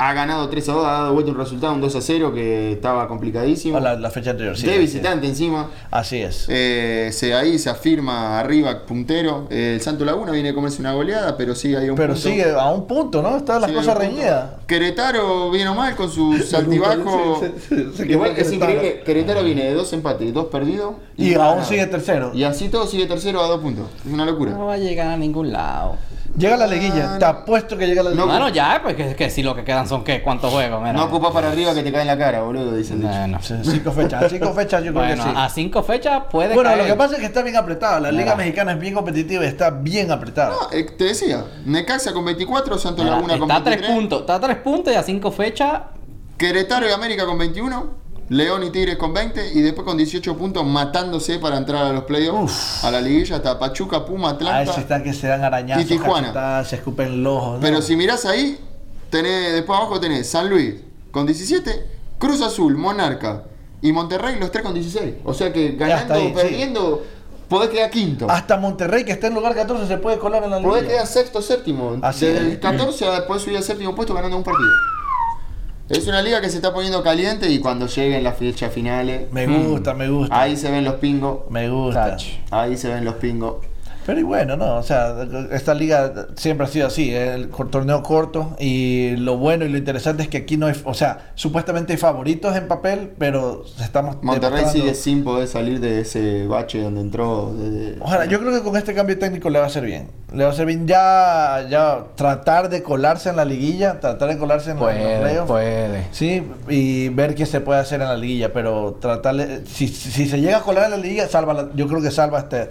Speaker 2: ha ganado 3 a 2, ha dado vuelta un resultado, un 2 a 0 que estaba complicadísimo.
Speaker 4: A la, la fecha anterior, sí.
Speaker 2: de
Speaker 4: así es.
Speaker 2: visitante encima.
Speaker 4: Así es.
Speaker 2: Eh, se, ahí se afirma arriba, puntero. Eh, el Santo Laguna viene a comerse una goleada, pero sigue ahí a un
Speaker 4: Pero
Speaker 2: punto.
Speaker 4: sigue a un punto, ¿no? Están las
Speaker 2: Sí,
Speaker 4: cosas
Speaker 2: hay un punto.
Speaker 4: reñidas.
Speaker 2: Querétaro bien o mal con sus altibajos.
Speaker 4: se- se- se quedó
Speaker 2: Igual es
Speaker 4: Querétaro.
Speaker 2: increíble. Querétaro viene de dos empates, dos perdidos.
Speaker 4: Y
Speaker 2: uno
Speaker 4: aún
Speaker 2: ganado.
Speaker 4: sigue tercero.
Speaker 2: Y así todo sigue tercero a dos puntos. Es una
Speaker 5: No
Speaker 2: locura.
Speaker 5: va a llegar a ningún lado.
Speaker 4: Llega la liguilla. Te apuesto que llega la
Speaker 2: No,
Speaker 4: liguilla.
Speaker 5: Bueno, ya, pues que, que si lo que quedan son qué, cuántos juegos, mira.
Speaker 2: No ocupa para arriba que te cae en la cara, boludo, dice el dicho.
Speaker 5: Bueno,
Speaker 4: Sí, Cinco fechas. A Cinco fechas yo creo
Speaker 5: Bueno,
Speaker 4: que sí.
Speaker 5: a cinco fechas puede
Speaker 4: Bueno, lo
Speaker 5: caer.
Speaker 4: que pasa es que está bien apretada. La Liga
Speaker 5: Mira.
Speaker 4: Mexicana es bien competitiva y está bien apretada.
Speaker 2: No, eh, te decía, Necaxa con 24, Santo
Speaker 5: Mira,
Speaker 2: Laguna con
Speaker 5: está a tres
Speaker 2: 23,
Speaker 5: puntos, está a tres puntos y a cinco fechas.
Speaker 2: Querétaro y América con 21, León y Tigres con 20 y después con 18 puntos matándose para entrar a los playoffs, a la liguilla hasta Pachuca, Puma,
Speaker 4: a
Speaker 2: Atlanta.
Speaker 4: Ah, eso está que se dan arañazos,
Speaker 2: Y Tijuana.
Speaker 4: cachetadas, se escupen los ojos. ¿no?
Speaker 2: Pero si mirás ahí, tenés, después abajo tenés San Luis con 17, Cruz Azul, Monarca y Monterrey, los tres con 16. O sea que ganando
Speaker 4: está ahí,
Speaker 2: o perdiendo, podés quedar quinto.
Speaker 4: Hasta Monterrey, que está en lugar 14, se puede colar en la
Speaker 2: Podés
Speaker 4: liguilla.
Speaker 2: quedar sexto, séptimo.
Speaker 4: Así
Speaker 2: Desde
Speaker 4: es.
Speaker 2: el 14 a- podés subir al séptimo puesto ganando un partido. Es una liga que se está poniendo caliente y cuando lleguen las fechas finales,
Speaker 4: Me gusta, me gusta.
Speaker 2: Mm. ahí se ven los pingos.
Speaker 4: Me gusta.
Speaker 5: Touch.
Speaker 2: Ahí se ven los pingos.
Speaker 4: Pero y bueno, no, o sea, esta liga siempre ha sido así, ¿eh? el cor- torneo corto y lo bueno y lo interesante es que aquí no hay, o sea, supuestamente hay favoritos en papel, pero estamos
Speaker 2: Monterrey
Speaker 4: demostrando-
Speaker 2: sigue sin poder salir de ese bache donde entró. desde-
Speaker 4: Ojalá, yo creo que con este cambio técnico le va a ser bien. Le va a ser bien ya, ya tratar de colarse en la liguilla, tratar de colarse en los
Speaker 5: Puede,
Speaker 4: playoffs.
Speaker 5: puede.
Speaker 4: Sí, y ver qué se puede hacer en la liguilla, pero tratarle. Si, si se llega a colar en la liguilla, salva la- yo creo que salva este,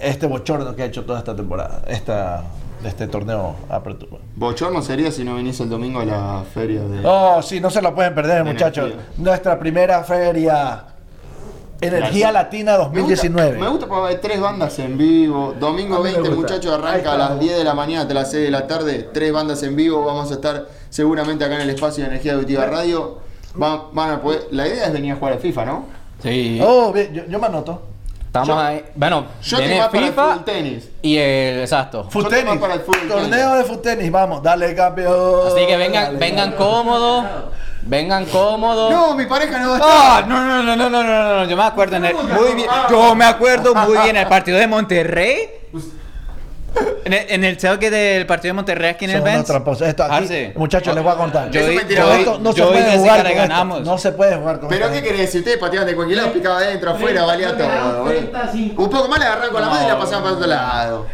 Speaker 4: este bochorno que ha hecho toda esta temporada, esta, este torneo apertura.
Speaker 2: Bochorno sería si no venís el domingo a la feria de.
Speaker 4: Oh, sí, no se la pueden perder,
Speaker 2: Energía.
Speaker 4: muchachos. Nuestra primera feria. Energía
Speaker 2: Gracias.
Speaker 4: Latina
Speaker 2: Me gusta-
Speaker 4: 2019.
Speaker 2: Me gusta porque hay tres bandas en vivo. Domingo
Speaker 4: A mí me
Speaker 2: 20,
Speaker 4: gusta.
Speaker 2: muchachos,
Speaker 4: Ahí
Speaker 2: arranca
Speaker 4: está.
Speaker 2: a las 10 de la mañana hasta las 6 de la tarde. Tres bandas en vivo. Vamos a estar seguramente acá en el espacio de Energía Auditiva Radio. Va- van a poder- La idea es venir a jugar a FIFA, ¿no?
Speaker 5: Sí.
Speaker 4: Oh, bien, yo, yo me anoto.
Speaker 5: Estamos
Speaker 2: Yo-
Speaker 5: ahí. Bueno,
Speaker 2: Yo
Speaker 5: viene
Speaker 2: tengo más para el
Speaker 5: FIFA
Speaker 2: fútbol tenis.
Speaker 5: y el exacto.
Speaker 2: Yo
Speaker 4: Food
Speaker 2: te voy
Speaker 4: tenis.
Speaker 2: para el fútbol,
Speaker 4: Torneo
Speaker 2: tenis.
Speaker 4: de food tenis, vamos, dale campeón.
Speaker 5: Así que vengan,
Speaker 4: dale,
Speaker 5: vengan
Speaker 4: campeón.
Speaker 5: cómodos. Vengan cómodos.
Speaker 2: No, mi pareja no va a estar.
Speaker 6: Ah, no, no, no, no, no, no, no, yo me
Speaker 4: Ah. Pues
Speaker 6: acuerdo en el, muy bien, yo me acuerdo muy bien el partido de Monterrey. En el, en el que del partido de Monterrey, ¿quién es el
Speaker 4: Son unos
Speaker 6: Benz?
Speaker 4: tramposos. Esto aquí,
Speaker 6: Arce.
Speaker 4: muchachos, les voy a contar.
Speaker 6: Yo
Speaker 2: Eso
Speaker 6: vi-
Speaker 2: es mentira.
Speaker 6: yo vi-
Speaker 4: Esto no se
Speaker 6: yo vi
Speaker 4: puede
Speaker 6: que
Speaker 4: jugar
Speaker 6: cara
Speaker 4: con esto.
Speaker 6: ganamos.
Speaker 4: No se puede jugar con
Speaker 2: Pero
Speaker 4: esto.
Speaker 2: ¿qué querés decir? Ustedes pateaban de cualquier lado, picaba adentro, afuera, valía todo. boludo. Un poco más le agarraban con la mano y la pasaban para otro lado.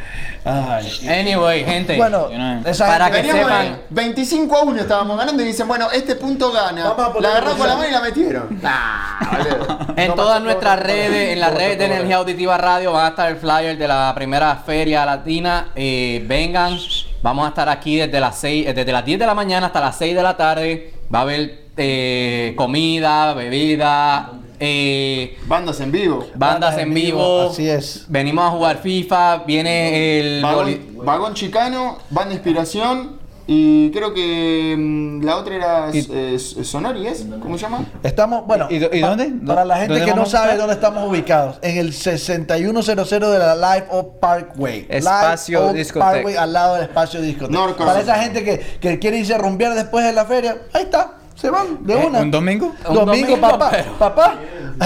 Speaker 4: Ay.
Speaker 6: Anyway, gente.
Speaker 4: Bueno,
Speaker 6: you know.
Speaker 4: esa gente-
Speaker 5: Para Ah, que
Speaker 2: Veníamos de
Speaker 5: sepan.
Speaker 2: 25 a 1 estábamos ganando y dicen, bueno, este punto gana.
Speaker 4: Vamos a poner
Speaker 2: La agarraron
Speaker 4: un
Speaker 2: con la
Speaker 4: gol.
Speaker 2: mano y la metieron. Ah, boludo.
Speaker 5: En
Speaker 4: No,
Speaker 5: todas
Speaker 4: no,
Speaker 5: nuestras
Speaker 4: no, no,
Speaker 5: redes,
Speaker 4: no,
Speaker 5: en las
Speaker 4: no,
Speaker 5: redes de
Speaker 4: no, no,
Speaker 5: Energía Auditiva Radio, van a estar el flyer de la primera feria latina. Eh, vengan, vamos a estar aquí desde las 6, eh, desde las 10 de la mañana hasta las 6 de la tarde. Va a haber eh, comida, bebida, eh,
Speaker 2: Bandas en vivo.
Speaker 5: bandas en vivo.
Speaker 4: Así es.
Speaker 5: Venimos a jugar FIFA, viene el...
Speaker 2: Vagón,
Speaker 5: boli-
Speaker 2: Vagón Chicano, Banda Inspiración y creo que mm, la otra era eh, Sonori, ¿es? ¿Cómo se llama?
Speaker 4: Estamos, bueno,
Speaker 6: ¿Y- y do- y
Speaker 4: pa-
Speaker 6: dónde?
Speaker 4: Para la gente
Speaker 6: ¿Dónde
Speaker 4: que no
Speaker 6: vamos a
Speaker 4: sabe
Speaker 6: estar?
Speaker 4: dónde estamos ubicados, en el 6100 de la Live Oak Parkway. Live
Speaker 6: Espacio
Speaker 4: Oak
Speaker 6: Discoteca.
Speaker 4: Parkway al lado del espacio discoteca.
Speaker 2: Norcos.
Speaker 4: Para esa gente que, que quiere irse a rumbear después de la feria, ahí está, se van de
Speaker 6: Eh,
Speaker 4: una.
Speaker 6: ¿Un domingo?
Speaker 5: Un
Speaker 4: domingo,
Speaker 5: domingo,
Speaker 4: papá,
Speaker 5: pero-
Speaker 4: papá,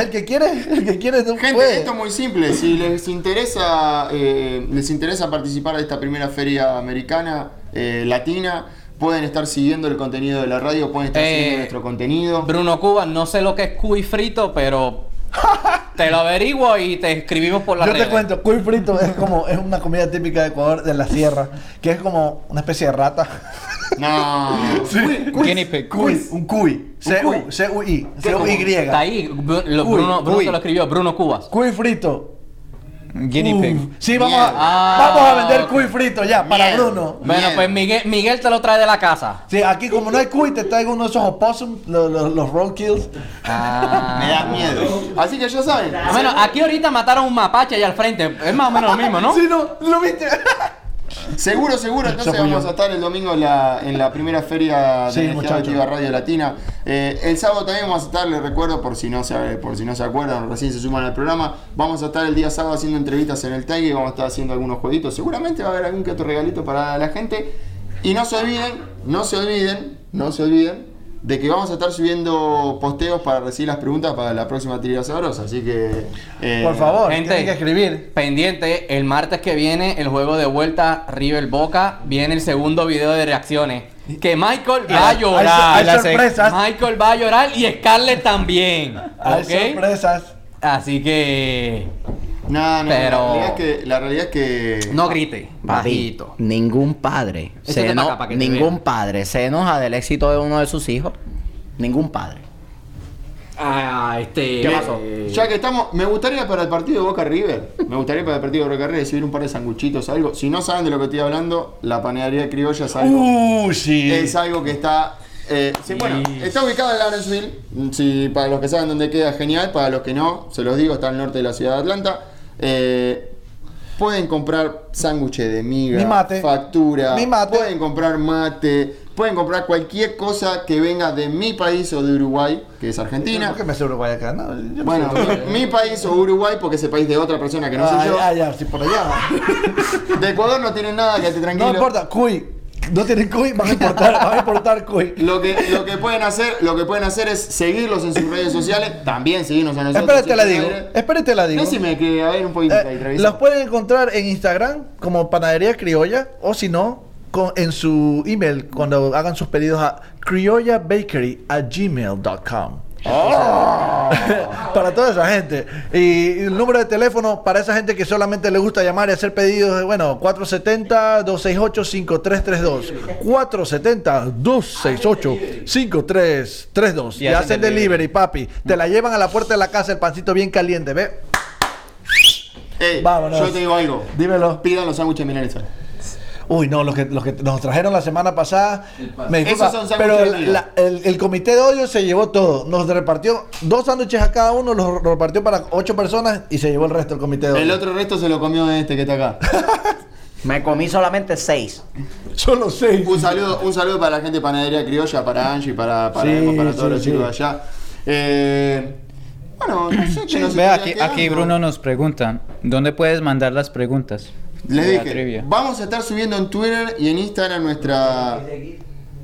Speaker 4: el que quiere, el que quiere no
Speaker 2: Gente,
Speaker 4: puede.
Speaker 2: esto es muy simple. Si les interesa, eh, les interesa participar de esta primera feria americana, eh, latina, pueden estar siguiendo el contenido de la radio, pueden estar
Speaker 5: Eh,
Speaker 2: siguiendo nuestro contenido.
Speaker 5: Bruno Cuba, no sé lo que es cuy frito, pero te lo averiguo y te escribimos por la
Speaker 4: Yo
Speaker 5: redes.
Speaker 4: te cuento, cuy frito es como es una comida típica de Ecuador de la sierra, que es como una especie de rata.
Speaker 2: No.
Speaker 4: Sí.
Speaker 6: Guinea pig.
Speaker 4: Cuy, un cuy, C U C U I, C U Y.
Speaker 5: Está ahí, Bru- lo-
Speaker 4: Cuy,
Speaker 5: Bruno, Bruno
Speaker 4: cuy.
Speaker 5: te lo escribió, Bruno Cubas.
Speaker 4: Cuy frito,
Speaker 6: Guinea pig.
Speaker 4: Uf, Sí, vamos a,
Speaker 2: Mierda.
Speaker 4: vamos a vender
Speaker 5: ok.
Speaker 4: cuy frito ya, para
Speaker 2: Mierda.
Speaker 4: Bruno.
Speaker 5: Bueno,
Speaker 2: Bien.
Speaker 5: pues Miguel, Miguel te lo trae de la casa.
Speaker 4: Sí, aquí como no hay cuy, te traigo uno de esos opossum, los, los, los roadkills.
Speaker 2: Me da miedo. Así que ya saben.
Speaker 5: Bueno, aquí ahorita mataron un mapache allá al frente. Es más o menos lo mismo, ¿no?
Speaker 4: Sí, no, lo viste.
Speaker 2: Seguro, seguro. Entonces
Speaker 4: Yo fui yo.
Speaker 2: vamos a estar el domingo en la, en la primera feria de
Speaker 4: Sí,
Speaker 2: Energía
Speaker 4: muchacho.
Speaker 2: Auditiva Radio Latina. Eh, el sábado también vamos a estar, les recuerdo, por si, no se, por si no se acuerdan, recién se suman al programa. Vamos a estar el día sábado haciendo entrevistas en el tag y vamos a estar haciendo algunos jueguitos. Seguramente va a haber algún que otro regalito para la gente. Y no se olviden, no se olviden, no se olviden de que vamos a estar subiendo posteos para recibir las preguntas para la próxima Trivia Sabrosa. Así que... eh,
Speaker 4: Por favor,
Speaker 5: gente.
Speaker 4: tienen que escribir.
Speaker 5: Pendiente, el martes que viene, el juego de vuelta River Boca, viene el segundo video de reacciones. Que Michael va a
Speaker 4: Hay-
Speaker 5: llorar.
Speaker 4: Hay,
Speaker 6: la
Speaker 4: sorpresas.
Speaker 5: Michael va a llorar y Scarlett también.
Speaker 4: Hay
Speaker 5: ¿Ok?
Speaker 4: sorpresas.
Speaker 5: Así que
Speaker 2: No, no,
Speaker 5: Pero-
Speaker 2: la, realidad es que, la realidad es que...
Speaker 5: no grite,
Speaker 1: Papi,
Speaker 5: bajito.
Speaker 1: ningún padre
Speaker 5: Échate
Speaker 1: se
Speaker 5: pa'
Speaker 1: eno-
Speaker 5: acá pa' que te
Speaker 1: ningún
Speaker 5: vean.
Speaker 1: padre se enoja del éxito de uno de sus hijos. Ningún padre.
Speaker 5: Ah, este.
Speaker 2: Eh,
Speaker 5: vaso.
Speaker 2: Ya que estamos, me gustaría para el partido de Boca River, me gustaría para el partido de Boca River recibir un par de sanguchitos, algo. Si no saben de lo que estoy hablando, la panadería criolla es algo,
Speaker 4: Uh, sí.
Speaker 2: es algo que está. eh, sí, bueno, está ubicada en Lawrenceville. Si para los que saben dónde queda, genial. Para los que no, se los digo, está al norte de la ciudad de Atlanta. Eh, pueden comprar sándwiches de miga,
Speaker 4: Mi mate.
Speaker 2: factura,
Speaker 4: Mi mate.
Speaker 2: pueden comprar mate, pueden comprar cualquier cosa que venga de mi país o de Uruguay, que es Argentina.
Speaker 4: ¿Por qué me hace Uruguay acá? No, yo no
Speaker 2: Bueno,
Speaker 4: soy uruguayo.
Speaker 2: mi, mi país o Uruguay, porque ese país de otra persona que no
Speaker 4: Ah,
Speaker 2: soy yo.
Speaker 4: ah, ya, sí, por allá.
Speaker 2: De Ecuador no tienen nada, quédate tranquilo.
Speaker 4: no importa, cuy. No tienen cuy, van a importar, van a importar cuy.
Speaker 2: Lo que, lo, que pueden hacer, lo que pueden hacer es seguirlos en sus redes sociales, también seguirnos a nosotros.
Speaker 4: Espérate, la
Speaker 2: si
Speaker 4: digo.
Speaker 2: quieren.
Speaker 4: Espérate, la digo.
Speaker 2: Decime que a ver un poquito
Speaker 4: Eh,
Speaker 2: ahí, Travis.
Speaker 4: los pueden encontrar en Instagram como Panadería Criolla o si no, con- en su email cuando hagan sus pedidos a criollabakery a gmail.com. para toda esa gente. Y el número de teléfono para esa gente que solamente le gusta llamar y hacer pedidos, bueno, 470-268-5332. 470-268-5332. Y,
Speaker 6: Y hacen
Speaker 4: hacen delivery, papi. Te la llevan a la puerta de la casa el pancito bien caliente, ¿ves?
Speaker 2: Ey,
Speaker 4: vámonos.
Speaker 2: Eh, Yo te digo algo.
Speaker 4: Dímelo.
Speaker 2: Pidan los sándwiches de milanesa.
Speaker 4: Uy, no, los que, los que nos trajeron la semana pasada. Me disculpa,
Speaker 2: Esos son
Speaker 4: pero
Speaker 2: sándwiches de
Speaker 4: la- el, el comité de odio se llevó todo. Nos repartió dos sándwiches a cada uno, los repartió para ocho personas y se llevó el resto el comité de odio.
Speaker 2: El otro resto se lo comió este que está acá.
Speaker 1: Me comí solamente seis.
Speaker 4: Solo seis.
Speaker 2: Un saludo, un saludo para la gente de Panadería Criolla, para Angie, para, para,
Speaker 4: Sí,
Speaker 2: Emma, para todos
Speaker 4: sí,
Speaker 2: los chicos de
Speaker 4: sí.
Speaker 2: allá. Eh, bueno, no sé qué nos
Speaker 6: Vea,
Speaker 2: estaría
Speaker 6: aquí, aquí
Speaker 2: quedando.
Speaker 6: Bruno nos pregunta, ¿dónde puedes mandar las preguntas?
Speaker 2: Les
Speaker 6: De la
Speaker 2: dije,
Speaker 6: trivia.
Speaker 2: vamos a estar subiendo en Twitter y en Instagram nuestra.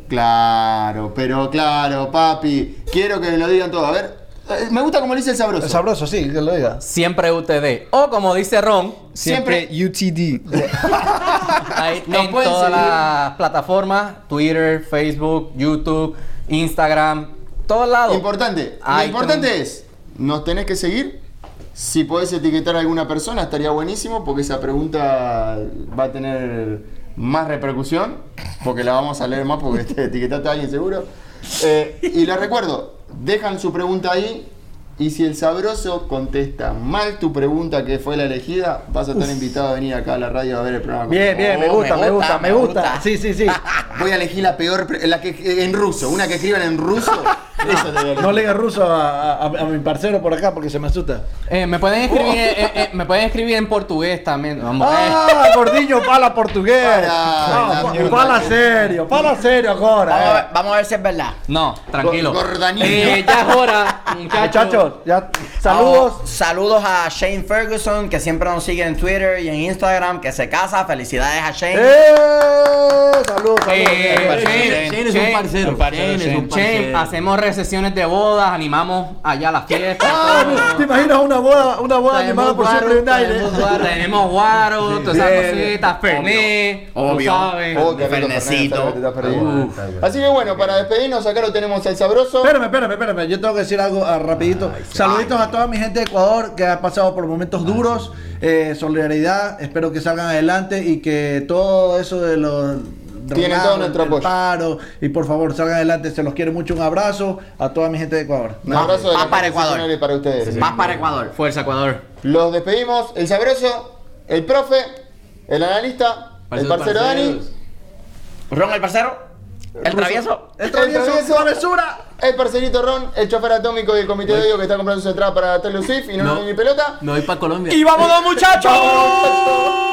Speaker 2: Claro, pero claro, papi. Quiero que me lo digan todo. A ver, Eh, Me gusta como le dice el sabroso.
Speaker 4: Es sabroso, sí, que lo diga.
Speaker 5: Siempre UTD. O como dice Ron,
Speaker 2: Siempre-
Speaker 6: UTD.
Speaker 5: ahí
Speaker 2: Nos
Speaker 5: en
Speaker 2: pueden
Speaker 5: todas
Speaker 2: seguir.
Speaker 5: las plataformas, Twitter, Facebook, YouTube, Instagram, todos lados.
Speaker 2: Importante. Lo
Speaker 5: Ay,
Speaker 2: importante
Speaker 5: tremendo.
Speaker 2: es, nos tenés que seguir. Si podés etiquetar a alguna persona, estaría buenísimo porque esa pregunta va a tener más repercusión, porque la vamos a leer más porque te etiquetaste a alguien seguro. Eh, y les recuerdo, dejan su pregunta ahí y si el sabroso contesta mal tu pregunta que fue la elegida, vas a estar invitado a venir acá a la radio a ver el programa.
Speaker 4: Bien, bien, me
Speaker 1: Oh,
Speaker 4: gusta, me gusta, me gusta. Sí, sí, sí.
Speaker 2: Voy a elegir la peor, pre- la que en ruso, una que escriban en ruso. esa te voy a elegir.
Speaker 4: No le digas ruso a, a- a mi parcero por acá porque se me asusta.
Speaker 5: Eh, me pueden escribir, eh, eh, me pueden escribir en portugués también. Vamos, eh.
Speaker 4: ¡Ah, gordiño, pala portugués!
Speaker 2: Para,
Speaker 4: No,
Speaker 2: la puta
Speaker 4: pala
Speaker 2: que-
Speaker 4: serio, pala serio
Speaker 1: Vamos a,
Speaker 4: ahora. eh.
Speaker 1: ver, vamos a ver si es verdad.
Speaker 5: No, tranquilo.
Speaker 2: Gor- gordanillo.
Speaker 5: Eh, ya es hora, muchachos.
Speaker 4: eh. Muchachos, ya, saludos.
Speaker 1: Ah, saludos a Shane Ferguson, que siempre nos sigue en Twitter y en Instagram, que se casa. Felicidades a Shane.
Speaker 4: ¡Eh! Saludos, saludos.
Speaker 5: Eh,
Speaker 4: Bien, bien.
Speaker 5: Shane,
Speaker 3: Shane, Shane es
Speaker 5: Shane,
Speaker 3: un parcero.
Speaker 6: un parcero,
Speaker 3: Shane es un
Speaker 5: Che,
Speaker 3: parcero.
Speaker 5: hacemos recesiones de bodas, animamos allá las fiestas.
Speaker 4: Ah, ¿Te imaginas una boda, una boda
Speaker 3: Traemos
Speaker 4: animada por
Speaker 3: guaro,
Speaker 4: siempre un
Speaker 3: traemos
Speaker 4: aire?
Speaker 3: guaro.
Speaker 5: Tenemos guaro, todas esas
Speaker 4: Bien.
Speaker 5: cositas, Fernet, tú
Speaker 1: Obvio.
Speaker 5: sabes.
Speaker 2: Oh, qué rico,
Speaker 1: Fernecito.
Speaker 2: Fernet, te estás perdiendo. Así que bueno, para despedirnos, acá lo tenemos al sabroso.
Speaker 4: Espérame, espérame, espérame. Yo tengo que decir algo ah, rapidito. Saluditos a toda mi gente de Ecuador que ha pasado por
Speaker 2: Ah,
Speaker 4: momentos duros. Eh, solidaridad. Espero que salgan adelante y que todo eso de los
Speaker 2: Tienen todo nuestro
Speaker 4: el
Speaker 2: apoyo.
Speaker 4: paro y por favor salgan adelante. Se los quiere mucho. Un abrazo a toda mi gente de Ecuador.
Speaker 2: Un abrazo de
Speaker 1: Más
Speaker 2: la
Speaker 1: para
Speaker 2: Casa
Speaker 1: Ecuador.
Speaker 2: Nacional y para ustedes.
Speaker 1: Más para Ecuador.
Speaker 5: Fuerza, Ecuador.
Speaker 2: Los despedimos, el sabroso, el profe, el analista, el parcero Dani,
Speaker 1: Ron el parcero. El travieso.
Speaker 4: El travieso,
Speaker 2: El travieso.
Speaker 4: travesura.
Speaker 2: el parcerito Ron, el chofer atómico y el comité de odio que está comprando su entrada para Telusif y no,
Speaker 3: No.
Speaker 2: no. ni pelota.
Speaker 3: Me voy para Colombia.
Speaker 1: ¡Y vámonos, muchachos!